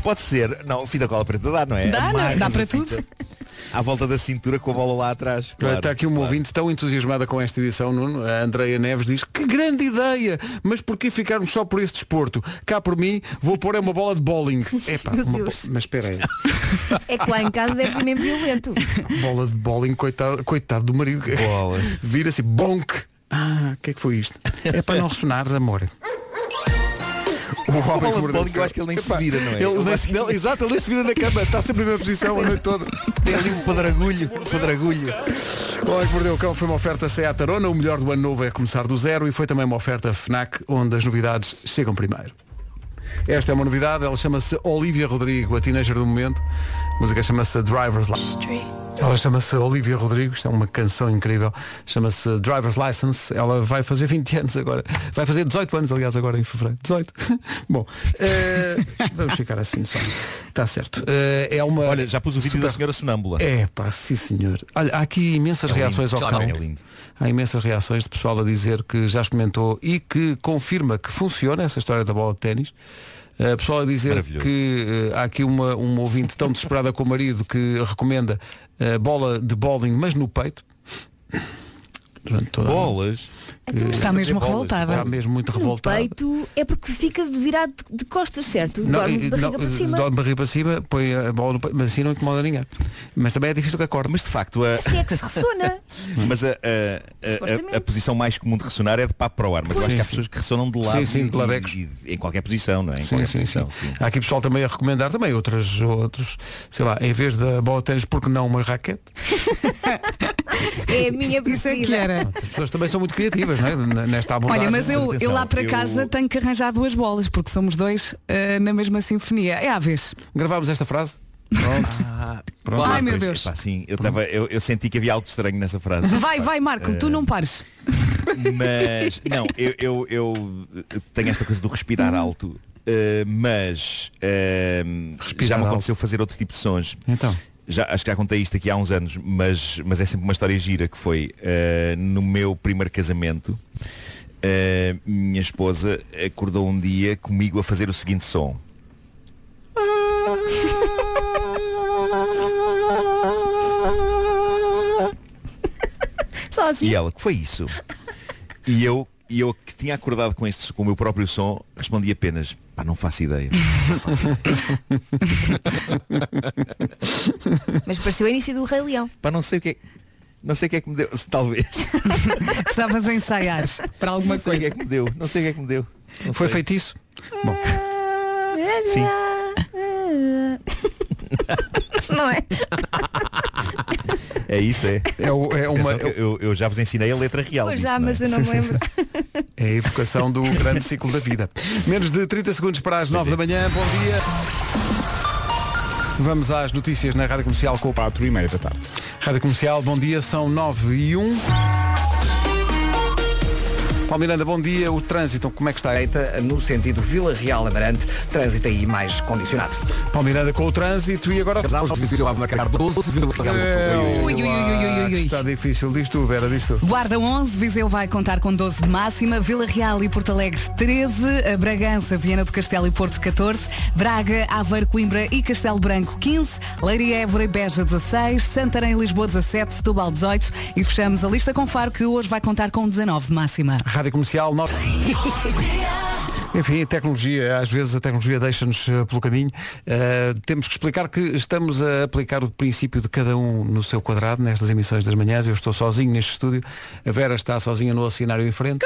Pode ser. Não, fita cola preta dá, não é?
Dá, não?
Amarras
Dá
a
para
fita
tudo?
À volta da cintura com a bola lá atrás.
Olha,
claro.
Está aqui um ouvinte tão entusiasmada com esta edição, Nuno. A Andreia Neves diz, que grande ideia! Mas porquê ficarmos só por esse desporto? Cá por mim, vou pôr é uma bola de bowling. Epá,
Meu
uma bo-
Deus.
mas espera aí.
É que lá em casa deve ser mesmo violento.
Bola de bowling, coitado, coitado do marido. Vira-se, bonk. Ah, o que é que foi isto? É para não ressonares, amor. O
bola
homem
de
que mordeu o
bowling, eu acho que ele nem se vira, não é?
Ele nem se- não, exato, ele nem se vira na cama, está sempre na mesma posição a noite toda.
Tem ali um padragulho, um padragulho.
O Homem que Mordeu o Cão foi uma oferta Seat Arona, o melhor do ano novo é começar do zero e foi também uma oferta FNAC, onde as novidades chegam primeiro. Esta é uma novidade, ela chama-se Olivia Rodrigo, a teenager do momento. A música chama-se Driver's License. Ela chama-se Olivia Rodrigo, isto é uma canção incrível. Chama-se Driver's License. Ela vai fazer 20 anos agora. Vai fazer 18 anos, aliás, agora em fevereiro. 18. Bom, eh, vamos ficar assim só. Está certo. Eh, é uma
Olha, já pus o vídeo
super-
da senhora sonâmbula.
é, pá, sim senhor. Olha, há aqui imensas
É lindo,
reações ao
Johnny,
cão.
é lindo.
Há imensas reações de pessoal a dizer que já experimentou e que confirma que funciona essa história da bola de ténis. Uh, pessoal a dizer
Maravilhoso.
que eh, há aqui uma, uma ouvinte tão desesperada com o marido que recomenda eh, bola de bowling, mas no peito. Durante toda a noite.
Bolas.
Que-
Está mesmo
Bolas.
revoltada.
Está Tá mesmo muito
O
revoltada.
Então, assim, peito é porque fica de virado de- de costas, certo?
Não,
Dorme de
e-
barriga
não,
para cima.
dorme de barriga para cima, põe a bola no peito, mas assim não incomoda ninguém. Mas também é difícil que acorde.
Mas de facto a.
Assim é que se ressona.
Mas a, a- a- a,
Supostamente.
posição mais comum de ressonar é de papo para o ar, mas eu
Sim,
acho que há
sim.
pessoas que ressonam de lado
Sim, sim, de
e-
ladecos.
e- e- em qualquer posição, não é? Em
Sim,
qualquer
sim, sim.
posição, sim.
Há aqui pessoal também a recomendar também outras, outros, sei lá, em vez da bola de ténis, porque não uma raquete?
É a
Isso
minha
é que
preferida.
era.
As pessoas também são muito criativas, não é? N- Nesta abordagem.
Olha, mas eu, eu lá para casa tenho que arranjar duas bolas, porque somos dois eh, na mesma sinfonia. É à vez.
Gravámos esta frase? Pronto.
Ah. Ai, meu
é
Deus.
Epá, sim, eu, tava, eu, eu senti que havia algo de estranho nessa frase.
Vai, vai, Marco, tu não pares.
Mas, não, eu, eu, eu tenho esta coisa do respirar alto, eh, mas eh, já me
alto.
aconteceu fazer outro tipo de sons.
Então.
Já, acho que já contei isto aqui há uns anos, mas, mas é sempre uma história gira que foi eh, no meu primeiro casamento. eh, minha esposa acordou um dia comigo a fazer o seguinte som. E
é.
Sozinho.
ela, que foi isso? E eu, e eu que tinha acordado com este, com o meu próprio som, respondi apenas, pá, não faço ideia. Não faço ideia.
Mas pareceu o início do Rei Leão.
pá, não sei o que é. Não sei o que é que me deu. Se, talvez.
Estavas a ensaiar para alguma
Não sei o que é
coisa.
que me deu. Não sei o que é que me deu. Não
Foi
sei.
feitiço?
Sim.
Não é?
É isso, é.
É, o- é uma,
Atenção, que eu, eu já vos ensinei a letra real.
Pois
disso,
já,
não é?
mas eu não me
Sim, sim,
lembro.
é a evocação do grande ciclo da vida. Menos de 30 segundos para as 9 da manhã. Bom dia. Vamos às notícias na Rádio Comercial com o Pato.
4 e meia da tarde.
Rádio Comercial, bom dia, são 9 e 1. Paulo Miranda, bom dia. O trânsito, como é que está?
Direita, no sentido Vila Real Amarante, trânsito aí mais condicionado.
Paulo Miranda com o trânsito e agora... É
Graus de Viseu a marcar 12, Vila Real.
Ui, ui, ui, ui, ui, ui, ui.
Está difícil. Diz tu, Vera, diz tu.
Guarda 11, Viseu vai contar com 12 de máxima, Vila Real e Porto Alegre 13, a Bragança, Viana do Castelo e Porto 14, Braga, Aveiro, Coimbra e Castelo Branco 15, Leiria, Évora e Beja 16, Santarém e Lisboa 17, Setúbal 18 e fechamos a lista com Faro que hoje vai contar com 19 de máxima.
Rádio Comercial, nós... Enfim, a tecnologia, às vezes a tecnologia deixa-nos eh, pelo caminho. Eh, temos que explicar que estamos a aplicar o princípio de cada um no seu quadrado nestas emissões das manhãs. Eu estou sozinho neste estúdio. A Vera está sozinha no cenário em frente.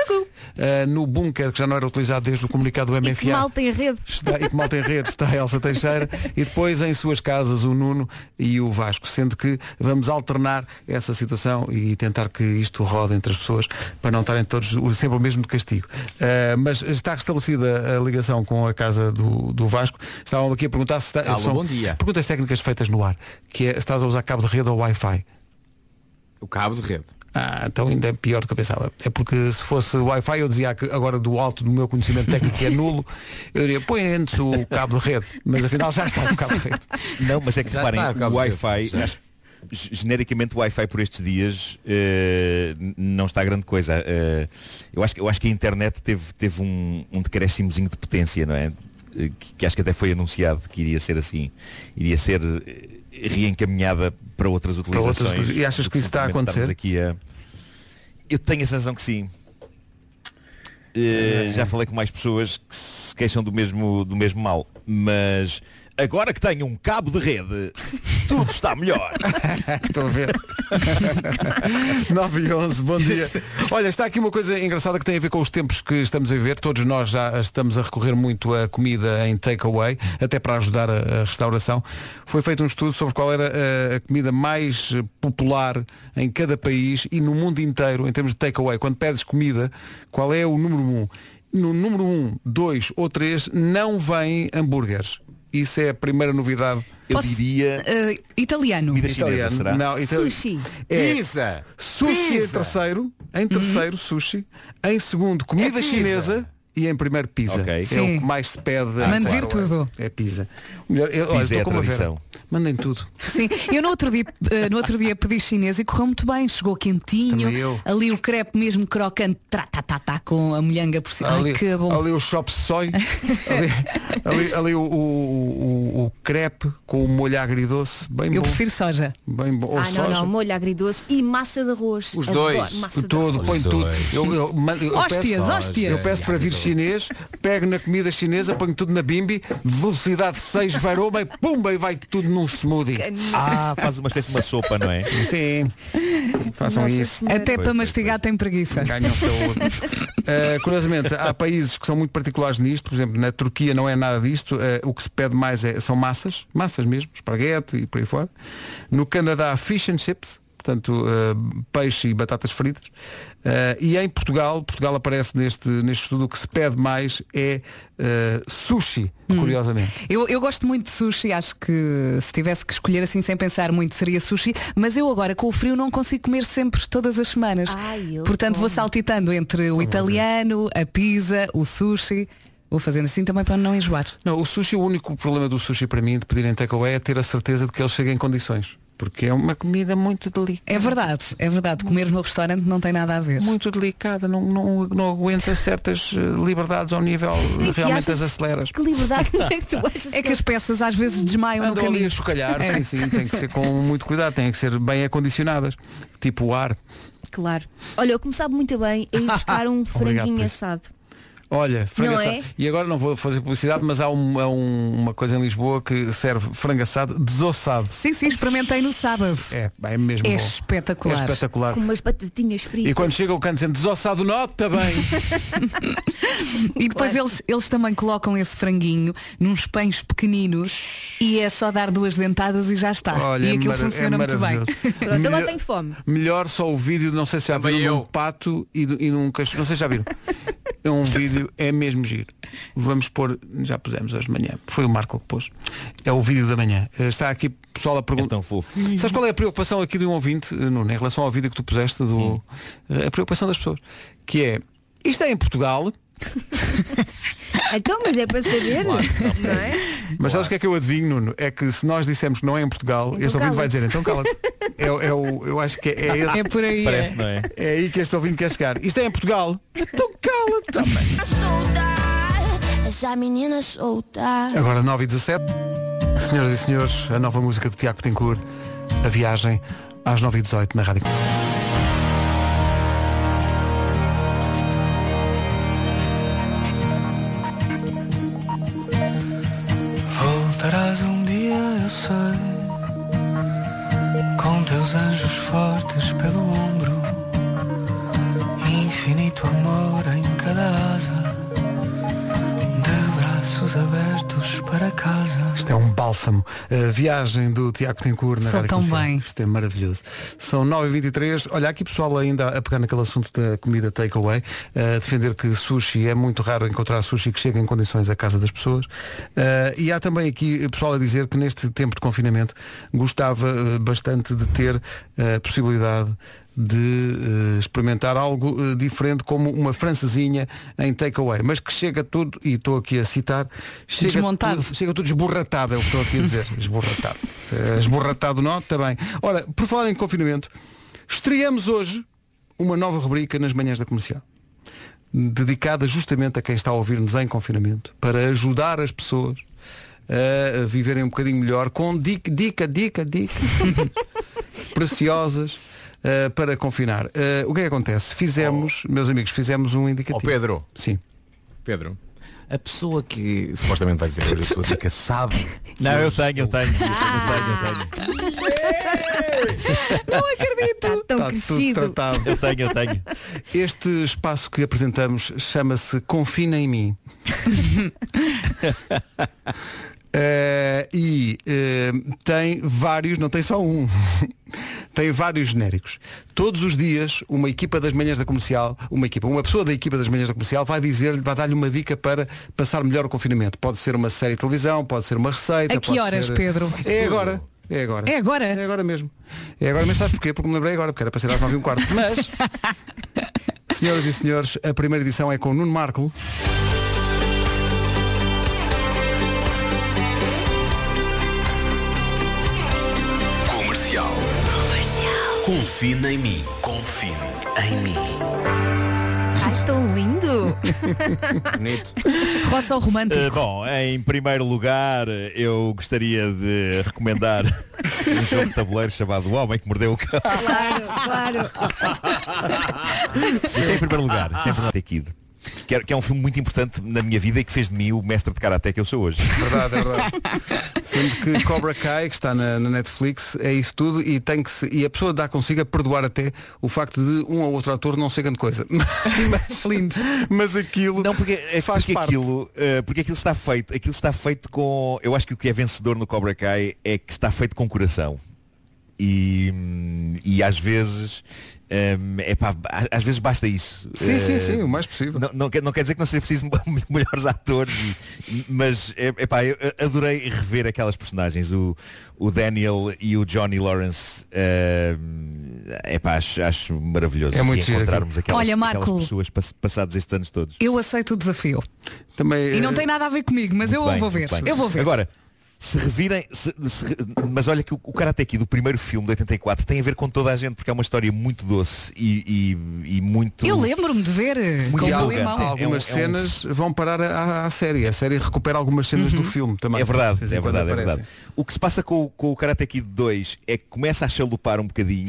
Eh, no bunker que já não era utilizado desde o comunicado do MFA.
Que mal tem rede.
Está, e que mal tem rede está a Elsa Teixeira e depois em suas casas o Nuno e o Vasco, sendo que vamos alternar essa situação e tentar que isto rode entre as pessoas para não estarem todos o- sempre o mesmo de castigo. Ah, mas está restabelecida a ligação com a casa do, do Vasco. Estavam aqui a perguntar se está,
Alô, bom dia.
perguntas técnicas feitas no ar, que é se estás a usar cabo de rede ou Wi-Fi.
O cabo de rede.
Ah, então ainda é pior do que eu pensava. É porque se fosse Wi-Fi, eu dizia que agora do alto do meu conhecimento técnico que é nulo, eu diria, põe antes o cabo de rede, mas afinal já está um o cabo de rede.
Não, mas é que
Já
reparem,
está, acabo
o
de
Wi-Fi,
dizer.
acho que g- genericamente o Wi-Fi por estes dias eh, n- não está grande coisa. Eh, eu, acho, que- eu acho que a internet teve, teve um, um decréscimozinho de potência, não é? Eh, Que, que acho que até foi anunciado que iria ser assim, iria ser eh, reencaminhada para outras
Para outras
utilizações.
coisas. E achas
do
que isso está a
simplesmente estarmos
acontecer?
aqui a- Eu tenho a sensação que sim. Eh,
É.
já falei com mais pessoas que se queixam do mesmo, do mesmo mal. Mas agora que tenho um cabo de rede, tudo está melhor.
Estou a ver. 9 e 11, bom dia. Olha, está aqui uma coisa engraçada que tem a ver com os tempos que estamos a viver. Todos nós já estamos a recorrer muito à comida em takeaway, até para ajudar a, a restauração. Foi feito um estudo sobre qual era eh, a, comida mais eh, popular em cada país e no mundo inteiro, em termos de takeaway. Quando pedes comida, qual é o número Um? No número um, dois ou três não vêm hambúrgueres. Isso é a primeira novidade.
Eu diria
Eh, italiano.
Italiano. Não, ita- É, Sushi em terceiro, em terceiro sushi, em segundo comida
Uhum. É pizza.
chinesa e em primeiro pizza. É
Sim.
o que mais se pede.
Ah, Mande
claro,
vir tudo.
É, é pizza. Melhor, eu, olha,
Pizza
estou
é a
com uma Vera.
tradição.
Mandem tudo.
Sim, eu no outro dia, eh, no outro dia pedi chinês e correu muito bem, chegou quentinho,
Também eu.
ali o crepe mesmo crocante, tá, tá, tá, tá, com a molhanga por cima.
Ali,
Ai, que bom.
ali o shop soy, ali, ali- ali o, o- o- o crepe com o molho agridoce, bem bom.
Eu prefiro soja.
Bem bom. Ou
Ah,
soja.
não, não, molho agridoce e massa de arroz.
Os
Adoro
dois.
Massa de
Tudo,
arroz.
põe tudo. Eu, eu mando- eu
Hóstias,
peço,
hóstias.
Eu peço para vir chinês, pego na comida chinesa, ponho tudo na bimbi, velocidade 6, varoma e pumba e vai tudo num smoothie.
Ah, faz uma espécie de uma sopa, não é?
Sim. Façam isso.
Até
Pois,
para
pois,
mastigar tem preguiça.
Ganham saúde. Uh, curiosamente, há países que são muito particulares nisto, por exemplo, na Turquia não é nada disto, uh, o que se pede mais é, são massas, massas mesmo, esparguete e por aí fora. No Canadá, fish and chips, portanto, uh, peixe e batatas fritas. Uh, e em Portugal, Portugal aparece neste, neste estudo, o que se pede mais é uh, sushi, curiosamente.
Eu, eu gosto muito de sushi, acho que se tivesse que escolher assim sem pensar muito seria sushi, mas eu agora com o frio não consigo comer sempre todas as semanas. Portanto vou saltitando entre
Oh,
o italiano, a pizza, o sushi, vou fazendo assim também para não enjoar.
Não, o sushi, o único problema do sushi para mim de pedirem takeaway é ter a certeza de que ele chega em condições. Porque é uma comida muito delicada.
É verdade, é verdade. Comer no restaurante não tem nada a ver.
Muito delicada, não, não, não aguenta certas eh, liberdades ao nível eh, realmente as aceleras.
Que liberdade é que tu gostas? É que as peças às vezes desmaiam no
Andam ali
caminho.
a chocalhar,
É.
sim, sim, tem que ser com muito cuidado, têm que ser bem acondicionadas, tipo o ar.
Claro. Olha, eu começava muito bem a ir buscar um
por
franguinho
isso.
assado.
Olha, frango
Não
assado.
é?
E agora não vou fazer publicidade, mas há, um- há um- uma coisa em Lisboa que serve frango assado desossado.
Sim, sim, experimentei no sábado.
É, é mesmo
É
bom.
espetacular.
É espetacular.
Com umas batatinhas fritas.
E quando chega o canto dizendo desossado nota bem.
E depois eles, eles também colocam esse franguinho nos pães pequeninos e é só dar duas dentadas e já está.
Olha, é
e aquilo
mara- é
funciona muito bem.
maravilhoso. Pronto, eu lá tenho
fome.
Melhor só o vídeo, não sei se já viram, num pato e, do- e num cachorro. Não sei se já viram. É um vídeo, é mesmo giro. Vamos pôr, já pusemos hoje de manhã. Foi o Marco que pôs. É o vídeo da manhã. Eh, Está aqui pessoal a perguntar.
É tão fofo.
Sabes qual é a preocupação aqui de um ouvinte, eh, Nuno, em relação ao vídeo que tu puseste do. eh, A preocupação das pessoas. Que é, isto é em Portugal,
Então, mas é para saber. não é?
mas sabes o que é que eu adivinho, Nuno? É que se nós dissermos que não é em Portugal,
Então
este ouvinte vai
cala-te.
dizer, então cala-te. É, o- é o, eu acho que é, é esse.
É por aí, Parece, é.
não é?
É aí que este ouvinte quer chegar. Isto é em Portugal. Então cala-te também.
Essa menina solta.
Agora 9 e 17 Senhoras e senhores, a nova música de Tiago Tencourt A viagem às 9 e 18 na Rádio
infinito amor em cada
Ah.
asa, de braços abertos para casa.
Isto é um bálsamo. A viagem do Tiago Tencourt na
Sou
Rádio
tão
Comercial.
bem.
Isto é maravilhoso. São 9h23. Olha, há aqui pessoal ainda a pegar naquele assunto da comida takeaway, a defender que sushi é muito raro encontrar sushi que chega em condições à casa das pessoas. Eh, e há também aqui pessoal a dizer que neste tempo de confinamento gostava eh, bastante de ter eh, a possibilidade de eh, experimentar algo eh, diferente como uma francesinha em takeaway, mas que chega tudo, e estou aqui a citar, chega
Desmontado.
tudo- chega tudo esborratado, é o que estou aqui a dizer. esborratado. Eh, esborratado não, está bem. Ora, por falar em confinamento, estreamos hoje uma nova rubrica nas manhãs da comercial. Dedicada justamente a quem está a ouvir-nos em confinamento, para ajudar as pessoas a viverem um bocadinho melhor com dica, dica, dica, dica preciosas eh, para confinar. Eh, o que é que acontece? Fizemos, meus amigos, fizemos um indicativo.
Oh, Pedro.
Sim.
Pedro. A pessoa que supostamente vai dizer hoje a sua dica sabe.
Não, eu tenho, eu tenho.
Não acredito. Está
Tá tão
Está tudo tratado.
Eu tenho, eu tenho.
Este espaço que apresentamos chama-se Confina em mim. Eh, e eh, tem vários, não tem só um, tem vários genéricos. Todos os dias, uma equipa das manhãs da comercial, uma equipa, uma pessoa da equipa das manhãs da comercial vai dizer-lhe, vai dar-lhe uma dica para passar melhor o confinamento. Pode ser uma série de televisão, pode ser uma receita.
A que
pode
horas,
ser-
Pedro?
É agora. É agora.
É agora? É
agora mesmo. É agora, mas sabes porquê? Porque me lembrei agora, porque era para ser às 9 e um quarto. Mas, senhoras e senhores, a primeira edição é com o Nuno Marco.
Comercial. Comercial. Confina em mim. Confine em mim.
Ai, tão lindo.
Bonito.
Roça ao romântico.
Eh, bom, em primeiro lugar, eu gostaria de recomendar um jogo de tabuleiro chamado O Homem que Mordeu o Cão.
Claro,
Isto é em primeiro lugar. Isto é em primeiro lugar. Kid. Que é, que é um filme muito importante na minha vida e que fez de mim o mestre de karaté que eu sou hoje.
Verdade, é verdade. Sendo que Cobra Kai, que está na, na Netflix, é isso tudo e tem que se, e a pessoa dá consigo a perdoar até o facto de um ou outro ator não ser grande coisa. Mas, lindo. Mas aquilo
não, porque, é
faz
porque
parte.
aquilo, eh, porque aquilo está feito, aquilo está feito com, eu acho que o que é vencedor no Cobra Kai é que está feito com coração. E, hum, e às vezes é pá, às vezes basta isso.
Sim,
Eh,
sim, sim, o mais possível.
Não, não quer, não quer dizer que não seja preciso melhores atores, e- mas é é pá, eu adorei rever aquelas personagens, o, o Daniel e o Johnny Lawrence. é pá, acho, acho maravilhoso
É muito
e
giro
encontrarmos
aquilo.
aquelas,
Olha,
aquelas
Marco.
pessoas pass- passados estes anos todos.
Eu aceito o desafio.
Também,
E não tem nada a ver comigo, mas eu
Bem,
vou ver.
Eh, muito bem.
Eu vou ver.
Agora, se revirem, se- se re- mas olha que o, o Karate Kid, do primeiro filme de 84, tem a ver com toda a gente, porque é uma história muito doce e, e- e muito.
eu lembro-me de ver eh,
Muito
com o meu
empolgante.
irmão.
É um-
Algumas
é um-
cenas vão parar à, à série. A série recupera algumas cenas
Uhum.
do filme também.
É
De
verdade,
vez em
é
quando
verdade, é
aparecem.
verdade. O que se passa com, o- com o Karate Kid 2 é que começa a chalupar um bocadinho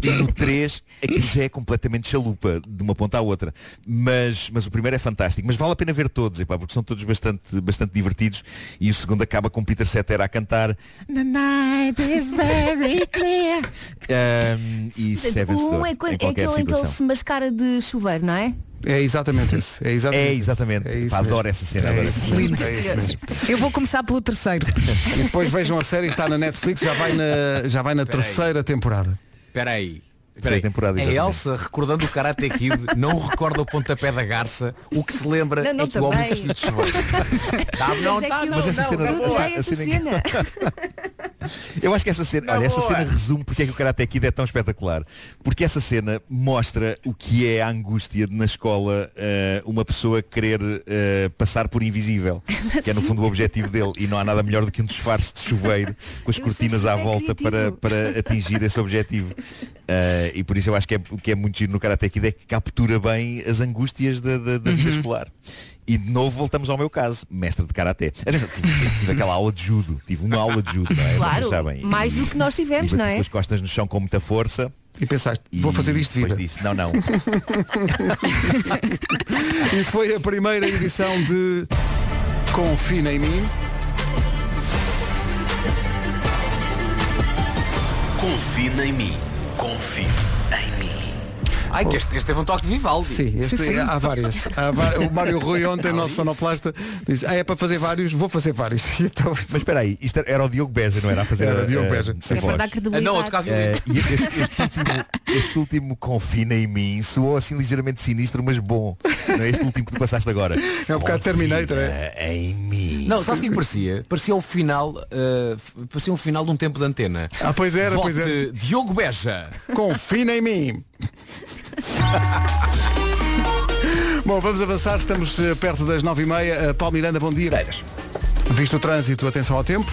e no 3 aquilo já é completamente chalupa, de uma ponta à outra. Mas, mas o primeiro é fantástico. Mas vale a pena ver todos, epá, porque são todos bastante, bastante divertidos e o segundo acaba com Peter Cetera a cantar
The night is very clear.
Ahm, e isso é vencedor
um é, quando,
em
é aquele
qualquer
em que ele
situação.
se mascara de chuveiro, não é?
É exatamente esse. É exatamente.
É exatamente.
esse. É isso
Pá,
mesmo.
adoro essa cena.
É
adoro
isso
essa cena.
mesmo, é isso mesmo.
Eu vou começar pelo terceiro.
E depois vejam a série, está na Netflix, já vai na, já vai na
Espera aí.
terceira temporada.
Espera aí.
Terceira temporada,
é a
exatamente.
Elsa recordando o Karate Kid, não recorda o pontapé da garça, o que se lembra
Não, não,
é que o homem
também.
vestido de chuveiro. Tá, não,
é
tá,
aquilo-
não,
mas essa
não,
cena-
não, não,
a-
é
a
essa
cena-
cena.
Eu acho que essa cena,
Na
olha, essa
boa.
cena resume porque é que o Karate Kid é tão espetacular. Porque essa cena mostra o que é a angústia de na escola eh, uma pessoa querer eh, passar por invisível, que é no fundo o objetivo dele. E não há nada melhor do que um disfarce de chuveiro com as
Eu
cortinas
sou
à
super
volta para,
é criativo.
para atingir esse objetivo. Eh, e por isso eu acho que é, o que é muito giro no Karate Kid é que captura bem as angústias da, da- da
Uhum.
vida escolar. E de novo voltamos ao meu caso, mestre de Karaté. Atenção, tive, tive aquela aula de judo, tive uma aula de judo, não é?
Claro,
Vocês sabem.
mais do que nós
E
tivemos,
bati
não
com
é?
as costas no chão com muita força.
E pensaste, vou fazer isto vida.
depois Disse, não, não.
E foi a primeira edição de Confina em mim.
Confina em mim. Confie em mim.
Ai, que este, este teve um toque de Vivaldi.
Sim, este- há várias. Há va- o Mário Rui
Ah,
ontem, nosso sonoplasta, disse, ah, é para fazer vários, vou fazer vários. E então-
Mas espera aí, isto era o Diogo Beja, não era a fazer
Era
a-
o Diogo
a-
Beja.
a
É para
voz.
dar credibilidade. Ah, não, eu tocava
Eh,
violino.
e este, este último, este último confina em mim soou assim ligeiramente sinistro, mas bom. Não é este último que tu passaste agora.
É um bocado Terminator,
é? Em mim.
Não, sabes o que é que parecia? Parecia o final, eh, f- parecia um final de um tempo de antena.
Ah, pois era,
Vote
pois era.
Diogo Beja.
Confina em mim. Bom, vamos avançar, estamos eh, perto das nove e meia. Eh, Paulo Miranda, bom dia. Visto o trânsito, atenção ao tempo.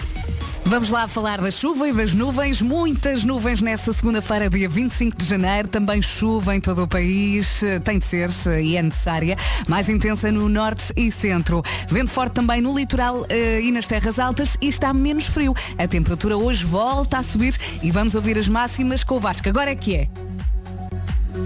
Vamos lá falar da chuva e das nuvens. Muitas nuvens nesta segunda-feira, dia 25 de janeiro. Também chuva em todo o país. Eh, Tem de ser eh, e é necessária. Mais intensa no norte e centro. Vento forte também no litoral eh, e nas terras altas. E está menos frio. A temperatura hoje volta a subir. E vamos ouvir as máximas com o Vasco. Agora é que é.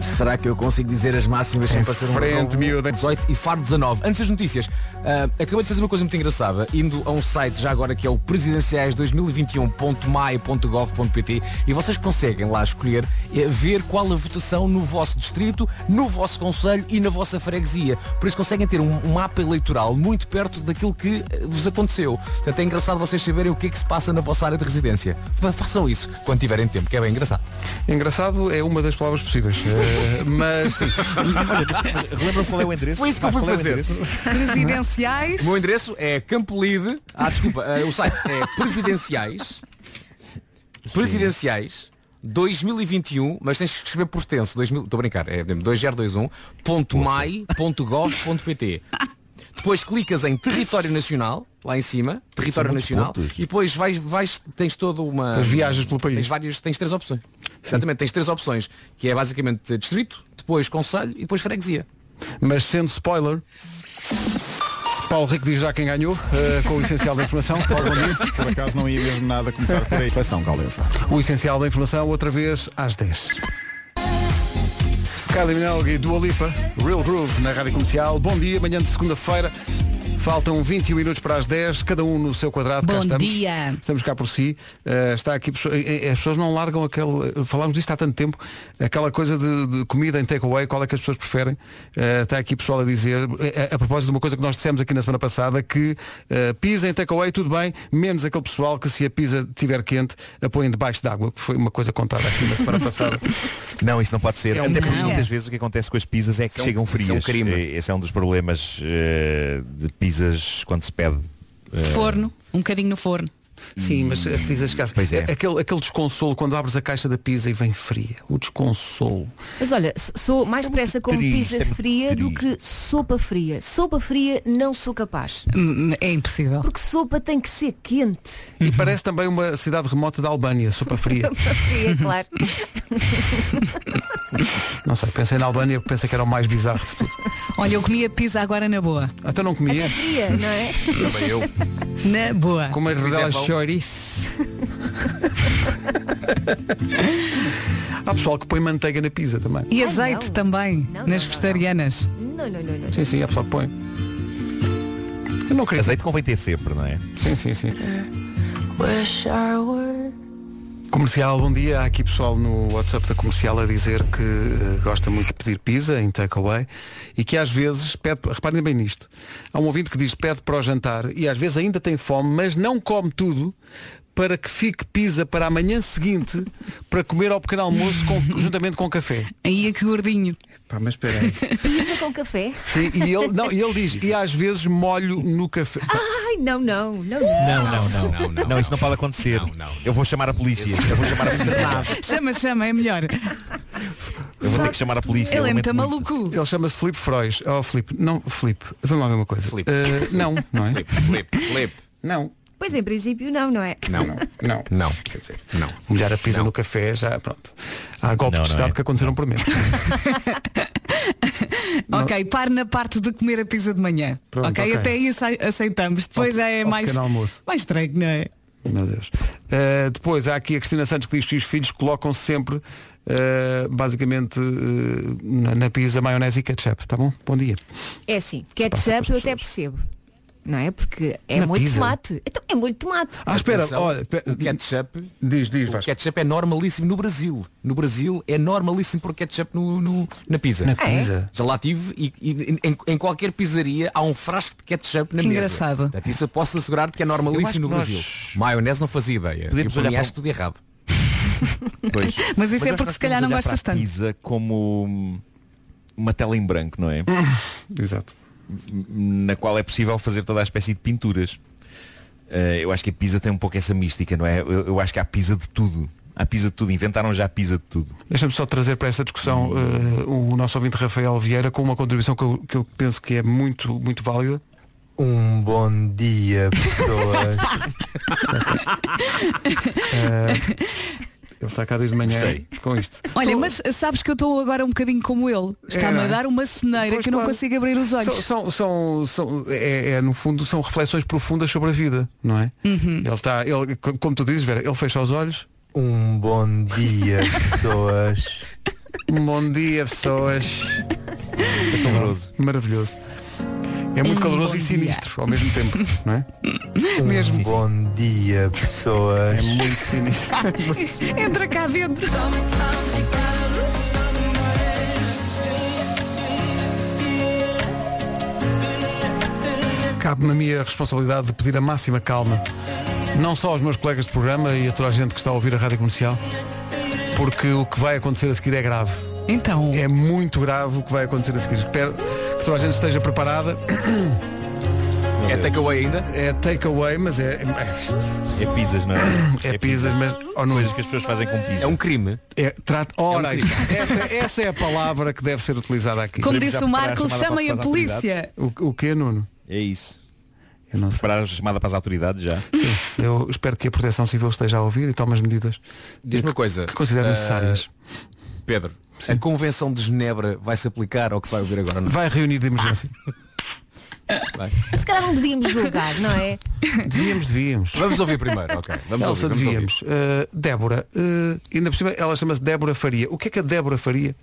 Será que eu consigo dizer as máximas sem passar um
frente,
miúda. 18 e Faro 19. Antes das notícias, ah, acabei de fazer uma coisa muito engraçada, indo a um site já agora que é o presidenciais2021.mai.gov.pt e vocês conseguem lá escolher eh, ver qual a votação no vosso distrito, no vosso conselho e na vossa freguesia. Por isso conseguem ter um um mapa eleitoral muito perto daquilo que eh, vos aconteceu. Portanto, é engraçado vocês saberem o que é que se passa na vossa área de residência. Fa- Façam isso quando tiverem tempo, que é bem engraçado.
Engraçado é uma das palavras possíveis. Eh, mas sim.
Relembra-se qual é o endereço?
Foi isso que eu fui
Vasco, qual é o
fazer.
Presidenciais.
O meu endereço é Campolide. Ah, desculpa, eh, o site é presidenciais. Presidenciais 2021, mas tens que escrever por extenso, 2000, estou a brincar, é 2021.mai.gov.pt. Depois clicas em território nacional, lá em cima, território
muitos
nacional,
pontos.
e depois vais, vais tens toda uma
As viagens pelo país.
Tens várias, tens três opções. Exatamente, tens três opções, que é basicamente distrito, depois conselho e depois freguesia.
Mas sendo spoiler. Paulo Rico diz já quem ganhou, eh, com o essencial da informação. Paulo, bom dia.
Por acaso não ia mesmo nada começar por aí. Seleção, Caldensa.
O essencial da informação, outra vez às 10. Kylie Minogue e Dua Lipa, Real Groove na Rádio Comercial. Bom dia, manhã de segunda-feira. Faltam 21 minutos para as 10, cada um no seu quadrado. cá
Bom
estamos.
dia.
Estamos cá por si. Eh, está aqui, pessoa- eh, eh, as pessoas não largam aquele. eh, Falámos disto há tanto tempo, aquela coisa de, de comida em takeaway, qual é que as pessoas preferem. Eh, está aqui pessoal a dizer, eh, a, a propósito de uma coisa que nós dissemos aqui na semana passada, que eh, pizza em takeaway, tudo bem, menos aquele pessoal que se a pizza estiver quente, a põem debaixo d'água, que foi uma coisa contada aqui na semana passada.
Não, isso não pode ser.
É um
Até porque
crime.
muitas vezes o que acontece com as pizzas é que
Isso é um-
chegam
isso é um
frias.
crime.
Eh, Esse é um dos problemas eh, de pizzas quando se pede. eh,
Forno. Um bocadinho no forno.
Sim, mas a pizza chegava.
Pois é.
Aquele, aquele desconsolo quando abres a caixa da pizza e vem fria. O desconsolo.
é- Mas olha, s- sou mais depressa com
triste,
pizza
é muito
fria do que sopa fria. Sopa fria não sou capaz.
É impossível.
Porque sopa tem que ser quente.
Uhum.
E parece também uma cidade remota da Albânia, sopa
É.
fria.
Sopa fria, claro.
Não sei, pensei na Albânia porque pensei que era o mais bizarro de tudo.
Olha, eu comia pizza agora na boa.
Até não comia.
Fria, não é?
Também eu.
Na boa.
Com umas rodelas de
bom.
chouriço. Há pessoal que põe manteiga na pizza também.
E azeite também, nas vegetarianas.
Não, não, não, não.
Sim, sim, há pessoal que põe. Eu não creio.
Azeite convém ter sempre, não é?
Sim, sim, sim. Comercial, bom dia. Há aqui pessoal no WhatsApp da comercial a dizer que eh, gosta muito de pedir pizza em takeaway e que às vezes pede, reparem bem nisto, há um ouvinte que diz pede para o jantar e às vezes ainda tem fome, mas não come tudo para que fique pizza para amanhã seguinte para comer ao pequeno almoço com- juntamente com café.
Aí é que gordinho.
Pá, mas espera aí.
Pizza com café?
Sim, e ele, não, e ele diz, e às vezes molho no café.
Ai, não, não, não, não.
Não, não, não, não, não. isso não pode acontecer. Eu vou chamar a polícia. Eu vou chamar a polícia.
Chama, chama, é melhor.
Eu vou ter que chamar a polícia.
Ele é
Eu
muito
lamento muito.
maluco.
Ele chama-se Filipe Frois. Oh, Filipe, não, Filipe, vamos lá ver uma coisa. Eh, não, não é?
Flip, flip.
Não.
Pois em princípio não, não é?
Não, não.
Não.
Quer dizer,
não.
Molhar a pizza no café já, pronto. Há golpes
Não,
de
não
Estado
é.
que aconteceram por mim.
Ok, pare na parte de comer a pizza de manhã.
Pronto,
ok,
ok.
até isso aceitamos. Depois já é
ao
mais.
pequeno almoço.
Mais estranho, não é?
Meu Deus. Eh, depois há aqui a Cristina Santos que diz que os filhos colocam sempre eh, basicamente eh, na, na pizza maionese e ketchup, tá bom? Bom dia.
É assim, ketchup eu até percebo. não é? Porque é
Na
molho de
pizza?
tomate. Então é molho de tomate.
Ah,
Atenção, o ketchup.
Diz, diz,
o ketchup é normalíssimo no Brasil. No Brasil é normalíssimo pôr ketchup no, no- na pizza. Ah, é?
Na pizza?
Já lá tive e, e em, em qualquer pizzaria há um frasco de ketchup na
Que
mesa.
engraçado.
Portanto, isso eu posso assegurar que é
Eu acho que
normalíssimo no
nós-
Brasil. Maionese não fazia ideia.
Podemos
eu para
olhar
mim
para
acho tudo errado.
Pois.
Mas isso é
acho
porque
que
se calhar
nós
não
temos de olhar
gostas
para a
tanto.
Pizza como hum, uma tela em branco, não é?
Exato.
Na qual é possível fazer toda a espécie de pinturas. Eh, eu acho que a pizza tem um pouco essa mística, não é? Eu, eu acho que há pizza de tudo. Há pizza de tudo. Inventaram já a pizza de tudo.
Deixa-me só trazer para esta discussão eh, o nosso ouvinte Rafael Vieira com uma contribuição que eu, que eu penso que é muito, muito válida.
Um bom dia, pessoas.
Eh, ele está cá desde manhã com isto.
Olha, mas sabes que eu estou agora um bocadinho como ele. Está-me
não
a
é?
dar uma ceneira
Pois,
que eu não
claro.
consigo abrir os olhos.
São, são, são, são- é, é, no fundo, são reflexões profundas sobre a vida, não é?
Uhum.
Ele está, ele, co- como tu dizes, Vera, ele fecha os olhos.
Um bom dia, pessoas.
Um bom dia, pessoas. É caloroso. Maravilhoso. É muito
Um
caloroso
bom
e
dia.
sinistro ao mesmo tempo, não é?
Mesmo. Um bom dia, pessoas. É
muito sinistro.
Entra cá dentro.
Cabe-me a minha responsabilidade de pedir a máxima calma, não só aos meus colegas de programa e a toda a gente que está a ouvir a rádio comercial, porque o que vai acontecer a seguir é grave.
Então.
É muito grave o que vai acontecer a seguir. Espero que toda a gente esteja preparada.
É takeaway ainda?
É takeaway, mas é.
É pizzas, não é?
É pizzas, mas. Ou não é?
que as um pessoas fazem com pizza.
É um crime.
É, trata... Ora, aí está. essa, essa é a palavra que deve ser utilizada aqui.
Como disse o Marco, chamem a polícia.
O, o quê, Nuno?
É isso.
Se
preparar a chamada para as autoridades já.
Sim, eu espero que a Proteção Civil esteja a ouvir e tome as medidas
Diz-me uma coisa.
que considero
eh,
necessárias.
Pedro, a Convenção de Genebra vai se aplicar ao que se vai ouvir agora? Não? é?
Vai reunir de emergência.
Vai.
Ah.
Se calhar não devíamos julgar, não é?
Devíamos, devíamos.
Vamos ouvir primeiro, ok. Vamos
Elsa,
ouvir, vamos
devíamos. Eh, Débora, eh, ainda por cima, ela chama-se Débora Faria. O que é que a Débora faria?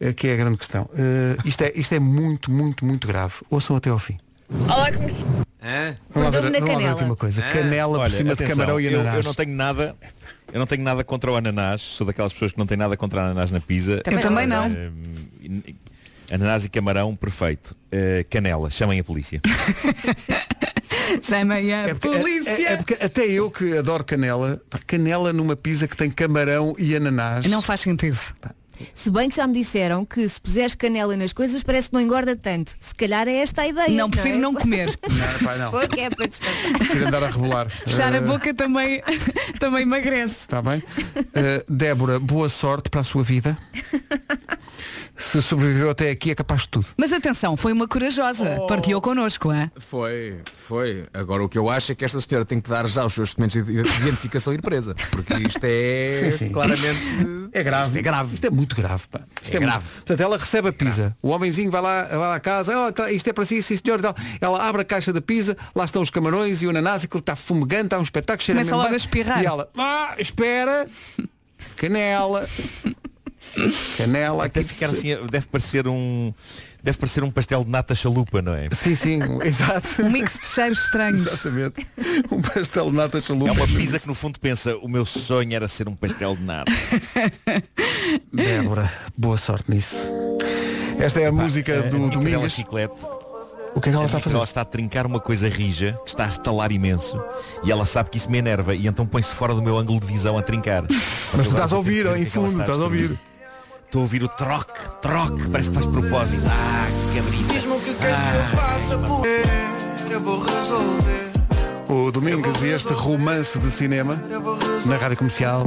Eh, que é a grande questão. Eh, isto, é, isto é muito, muito, muito grave. Ouçam até ao fim.
Olá, comercial.
Vamos lá ver,
Mandou-me na
vamos lá ver
canela.
aqui uma coisa. Canela por
Olha,
cima de
atenção,
camarão e
eu-
ananás.
Eu, não tenho nada. Eu não tenho nada contra o ananás, sou daquelas pessoas que não têm nada contra ananás na pizza.
Também Eu também não. não.
Hum, Ananás e camarão, perfeito. Eh, canela, chamem a polícia.
Chamem a
É-
polícia.
É, é porque até eu que adoro canela, pá, canela numa pizza que tem camarão e ananás.
Não faz sentido.
Se bem que já me disseram que se puseres canela nas coisas parece que não engorda tanto. Se calhar é esta a ideia.
Não, prefiro
é?
não comer.
Não, pá, não.
Porque é para disfarçar.
Prefiro andar a rebolar.
Fechar a
Eh,
boca também, também emagrece.
Está bem? Eh, Débora, boa sorte para a sua vida. Se sobreviveu até aqui é capaz de tudo.
Mas atenção, foi uma corajosa. Partilhou connosco, é?
Foi, foi. Agora o que eu acho é que esta senhora tem que dar já os seus documentos de identificação e de presa. Porque isto é
Sim, sim.
claramente.
É grave. Isto é grave. Isto é muito grave. É Pá. Isto
É
muito-
grave.
Portanto, ela recebe a pizza. O homenzinho vai lá, vai lá à casa, "Ah, tá, isto é para si, sim senhor. e tal. Ela abre a caixa da pizza, lá estão os camarões e o ananás, aquilo está fumegante, está um espetáculo, cheira
Começa
mesmo
logo
bem.
a espirrar.
E ela, ah, espera, canela. Canela
Até ficar assim, deve parecer um. Deve parecer um pastel de nata chalupa, não é?
Sim, sim, exato.
Um mix de cheiros estranhos.
Exatamente. Um pastel de nata
É
chalupa.
uma pizza que no fundo pensa, o meu sonho era ser um pastel de nata.
Débora, boa sorte nisso. Esta é a música do
Ela
Domingos.
Eh, chiclete.
O que é que ela está a fazer?
Ela está a trincar uma coisa rija, que está a estalar imenso, e ela sabe que isso me enerva, e então põe-se fora do meu ângulo de visão a trincar. Então,
Mas tu estás a ouvir,
é
ó, em fundo, estás a ouvir.
Estou a ouvir o troque, troque, parece que faz de propósito. Ah, que cabrita.
Mesmo que queres que eu faça por eu vou resolver.
O Domingos e este romance de cinema na Rádio Comercial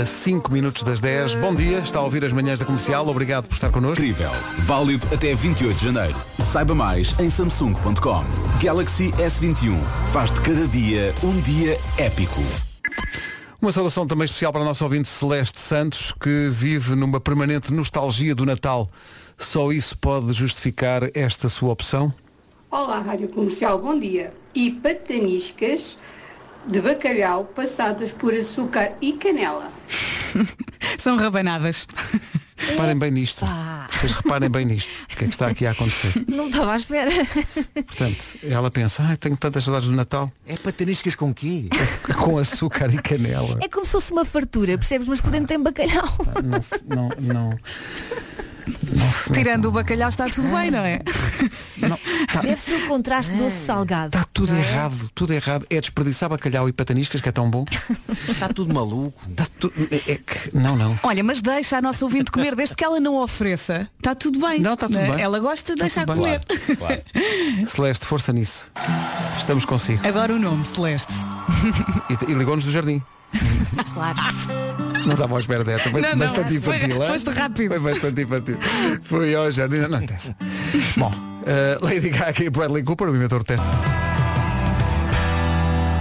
a 5 minutos das 10. Bom dia, está a ouvir as manhãs da comercial. Obrigado por estar connosco.
Incrível. Válido até 28 de janeiro. Saiba mais em Samsung.com. Galaxy S21 faz de cada dia um dia épico.
Uma saudação também especial para o nosso ouvinte Celeste Santos, que vive numa permanente nostalgia do Natal. Só isso pode justificar esta sua opção?
Olá, Rádio Comercial, bom dia. E pataniscas de bacalhau passadas por açúcar e canela.
São rabanadas.
Reparem bem nisto. Vocês reparem bem nisto. O que é que está aqui a acontecer?
Não estava à espera.
Portanto, ela pensa, ai, tenho tantas saudades do Natal.
É pataniscas com quê?
com açúcar e canela.
É como se fosse uma fartura, percebes? Mas por dentro tem bacalhau.
Não, se- não, não.
Tirando o bacalhau está tudo bem, não é?
Tá.
Deve ser o contraste
É.
doce-salgado.
Está
é?
tudo errado, tudo errado. É desperdiçar bacalhau e pataniscas, que é tão bom.
Está tudo maluco.
Está tu- é- é que- Não, não.
Olha, mas deixa a nossa ouvinte comer, desde que ela não ofereça. Está tudo bem. Não, está
tudo bem.
Ela gosta de deixar
tudo bem.
comer.
Celeste, força nisso. Estamos consigo.
Adoro o nome, Celeste.
E, e ligou-nos do jardim. Tá.
Claro.
Não estava à espera desta. Foi
Não, não.
bastante infantil.
Foi-
hein?
foste rápido.
Foi bastante infantil. Foi ao jardim. Não interessa. Bom, eh, Lady Gaga e Bradley Cooper, o inventor de teste.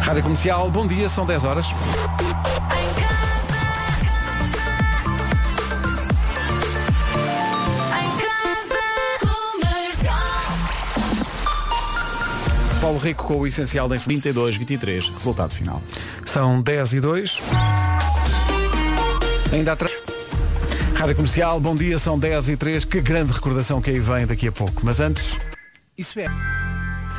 Rádio Comercial, bom dia, são 10 horas. Paulo Rico com o essencial da
32, 23, resultado final.
São 10 e 2. Ainda atrás. Rádio Comercial, bom dia, são 10 e 3. Que grande recordação que aí vem daqui a pouco. Mas antes. Isso é.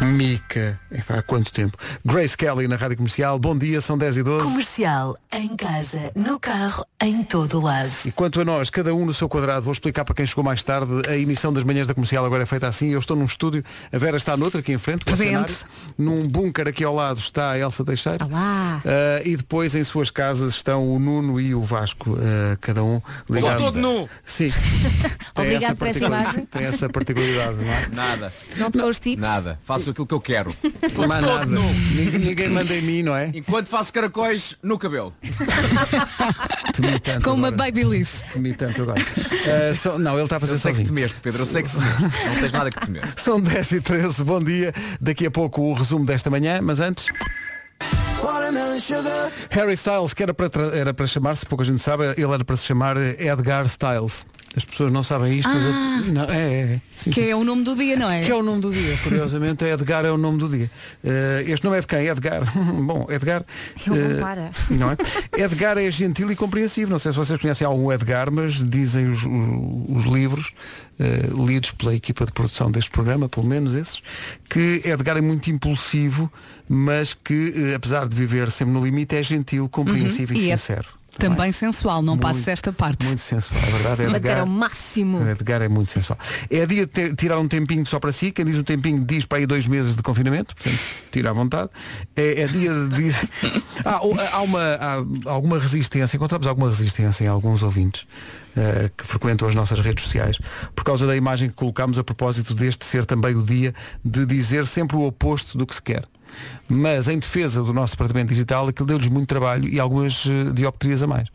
Mica. Epá, há quanto tempo? Grace Kelly na Rádio Comercial, bom dia, são 10 e 12.
Comercial, em casa, no carro, em todo o lado.
E quanto a nós, cada um no seu quadrado, vou explicar para quem chegou mais tarde, a emissão das manhãs da comercial agora é feita assim, eu estou num estúdio, a Vera está noutra aqui em frente, com o
Presente.
cenário. num bunker aqui ao lado está a Elsa
Tá
Teixeira.
Olá.
Ah, e depois em suas casas estão o Nuno e o Vasco, ah, cada um ligado.
todo nu.
Sim.
Obrigado por essa
particularidade-
imagem.
Tem essa particularidade, não é?
Nada.
Não te dou os tips.
Nada. Faço aquilo que eu quero.
Não há
Todo
nada.
nu.
Ninguém, ninguém manda em mim, não é?
Enquanto faço caracóis no cabelo.
Temi tanto
Com uma
agora.
babyliss.
Temi tanto agora. Ah, só- não, ele está a fazer
Eu sei que
sozinho.
temeste, Pedro. Eu sei que temeste. Não tens nada que temer.
São 10 e 13, bom dia. Daqui a pouco o resumo desta manhã, mas antes. Harry Styles, que era para, tra- era para chamar-se, pouca gente sabe, ele era para se chamar Edgar Styles. As pessoas não sabem isto, mas eu-
Ah.
não, é, é, é. Sim,
Que
sim.
é o nome do dia, não é?
Que é o nome do dia, curiosamente, Edgar é o nome do dia. Eh, este nome é de quem? Edgar. Bom, Edgar.
Ele não
eh,
para.
não é? Edgar é gentil e compreensivo. Não sei se vocês conhecem algum Edgar, mas dizem os, os- os livros, eh, lidos pela equipa de produção deste programa, pelo menos esses, que Edgar é muito impulsivo, mas que, eh, apesar de viver sempre no limite, é gentil, compreensivo
Uhum.
e,
é
sincero.
também sensual, não
Muito,
passes esta parte.
Muito sensual, é verdade.
Bater
Edgar,
ao máximo.
o Edgar é muito sensual. É dia de ter- tirar um tempinho só para si. Quem diz um tempinho diz para aí dois meses de confinamento. Portanto, tira à vontade. É, é dia de. Ah, o- há, uma, há alguma resistência. Encontramos alguma resistência em alguns ouvintes eh, que frequentam as nossas redes sociais por causa da imagem que colocámos a propósito deste ser também o dia de dizer sempre o oposto do que se quer. Mas em defesa do nosso departamento digital, aquilo deu-lhes muito trabalho e algumas eh, dioptrias a mais.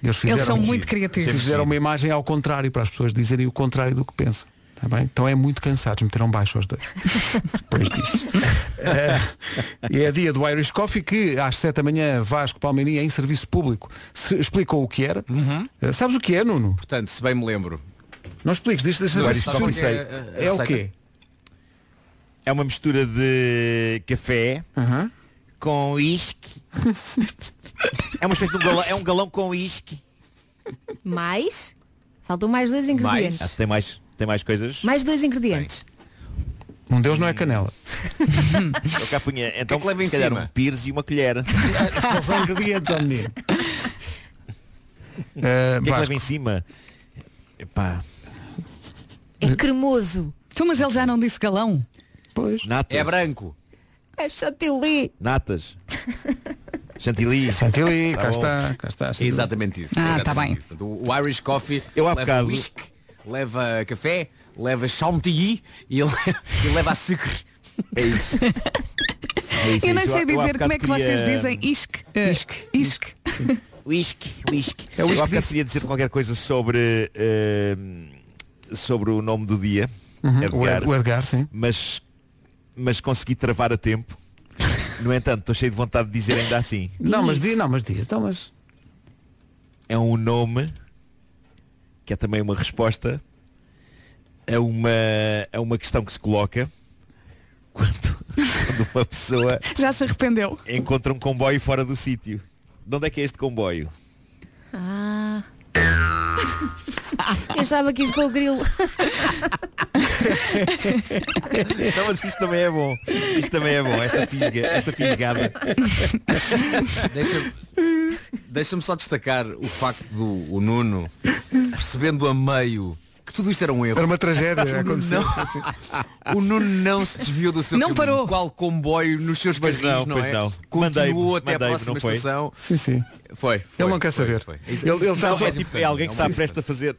Eles,
são muito criativos.
Fizeram uma imagem ao contrário para as pessoas dizerem o contrário do que pensam. Tá bem? Então é muito cansados, meteram baixo aos dois. Depois disso. Eh, E é dia do Irish Coffee que às 7 da manhã Vasco Palmeirinha em serviço público se explicou o que era. Eh, sabes o que é, Nuno?
Portanto, se bem me lembro.
Não expliques, deixa, deixa,
Não,
deixa-
sabe o que é,
é,
a
o
receita?
quê?
É uma mistura de café com uísque. é uma espécie de um galão, é um galão com uísque.
Mais? Faltam mais dois ingredientes.
Ah,
Mais,
tem mais, tem mais coisas.
dois ingredientes.
Um deus não é canela.
Eu cá punha, então,
que leva em
se calhar
cima?
um pires e uma colher. O que
Não são ingredientes, ó menino. Eh,
é que leva em cima? Epá,
É cremoso.
Então, mas ele já não disse galão.
Pois.
natas,
É branco.
É chantilly.
natas. Chantilly.
Chantilly, cá
bom.
está, cá está.
É exatamente isso.
Ah,
É
tá bem.
exatamente isso. Portanto, O o Irish Coffee
Eu há
leva
bocado-
whisky, leva café, leva chantilly e, le- e leva açúcar.
É isso. É isso, é
Eu nem
isso.
sei
há
dizer
bocado
como é que vocês
queria-
dizem isque. eh,
Isque.
Isque.
Whisky, whisky.
É o whisky
eu há bocado
disse.
queria dizer qualquer coisa sobre, ehm, sobre o nome do dia,
Uhum.
Uhum. O,
É Edgar,
Ed- o Edgar, sim.
mas, mas consegui travar a tempo. No entanto, estou cheio de vontade de dizer ainda assim.
Não, mas diz, não, mas diz. Então, mas...
É um nome que é também uma resposta a uma, a uma questão que se coloca quando, quando uma pessoa
Já se arrependeu.
encontra um comboio fora do sítio. De onde é que é este comboio?
Ah. Eu achava que isto para o grilo.
Então, mas isto também é bom. Isto também é bom, esta fisga, esta fisgada.
Deixa-me deixa-me só destacar o facto do o Nuno percebendo a meio que tudo isto era um erro.
Era uma tragédia, aconteceu.
O Nuno não se desviou do seu
Não
caminho,
parou.
qual comboio nos seus
Pois
carrinhos,
não, pois
é?
não.
Continuou
Mandei-me,
até a
mandei-me,
próxima
não foi?
estação.
Sim, sim.
Foi.
Ele não quer saber.
foi. Isso-
Ele, ele tá-
isso
está
só
só...
É, tipo, é alguém que está prestes a fazer.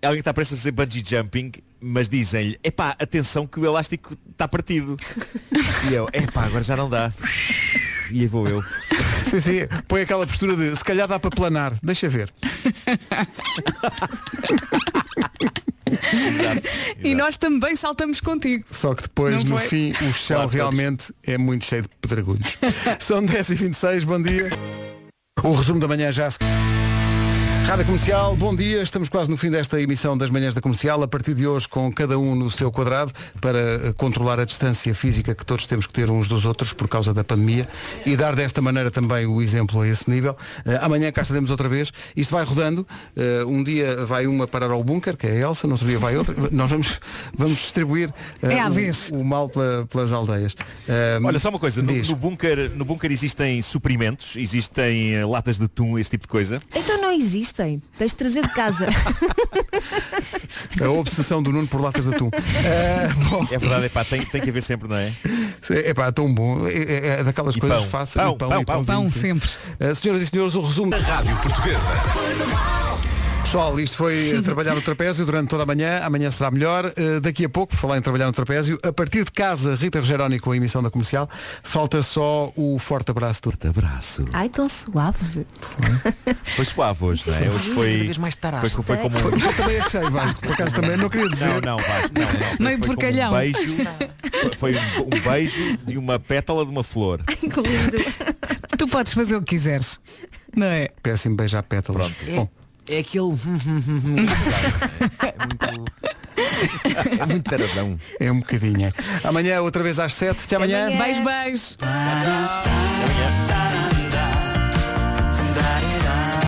É alguém que está prestes a fazer bungee jumping, mas dizem-lhe, epá, atenção que o elástico está partido. E eu, epá, agora já não dá. E aí vou eu.
Sim, sim. Põe aquela postura de se calhar dá para planar. Deixa ver.
E nós também saltamos contigo.
Só que depois,
Não
no
foi?
fim, o chão realmente é muito cheio de pedregulhos. São 10h26, bom dia. O resumo da manhã já se... Rádio Comercial, bom dia. Estamos quase no fim desta emissão das manhãs da comercial. A partir de hoje, com cada um no seu quadrado, para eh, controlar a distância física que todos temos que ter uns dos outros por causa da pandemia e dar desta maneira também o exemplo a esse nível. Eh, amanhã cá estaremos outra vez. Isto vai rodando. Eh, um dia vai uma parar ao bunker, que é a Elsa, no outro dia vai outra. Nós vamos, vamos distribuir eh,
É à
o-
vez.
o, mal pela- pelas aldeias. Eh,
Olha só uma coisa, no,
diz.
no bunker, no bunker existem suprimentos, existem eh, latas de atum, esse tipo de coisa.
Então não existem. Tens de trazer de casa.
A obsessão do Nuno por latas de atum.
É verdade, epá, tem, tem que haver sempre, não é?
É pá, tão bom. É, é- é daquelas
E
coisas
pão.
fáceis.
Pão,
e pão,
pão,
e pão,
pão.
Pão
sim.
sempre.
Uh, senhoras e senhores, o resumo da Rádio Portuguesa. Pessoal, isto foi uh, trabalhar no trapézio durante toda a manhã, amanhã será melhor. Uh, daqui a pouco, por falar em trabalhar no trapézio, a partir de casa, Rita Rogeroni com a emissão da comercial, falta só o forte abraço do. Forte abraço.
Ai, tão suave.
Foi suave hoje, não é? Hoje foi. Foi, foi como um.
Eu também achei, Vasco, por acaso também, não queria dizer.
Não, não, Vasco, não, não. Foi-
Meio
foi como
porcalhão.
Um beijo, foi um, um beijo de uma pétala de uma flor.
Que lindo.
Tu podes fazer o que quiseres. Não é?
Péssimo beijar pétalas. Bom,
É aquele. hum, É muito taradão.
é um bocadinho. é. Amanhã, outra vez às sete. Até amanhã.
Beijo, beijo.
Até amanhã.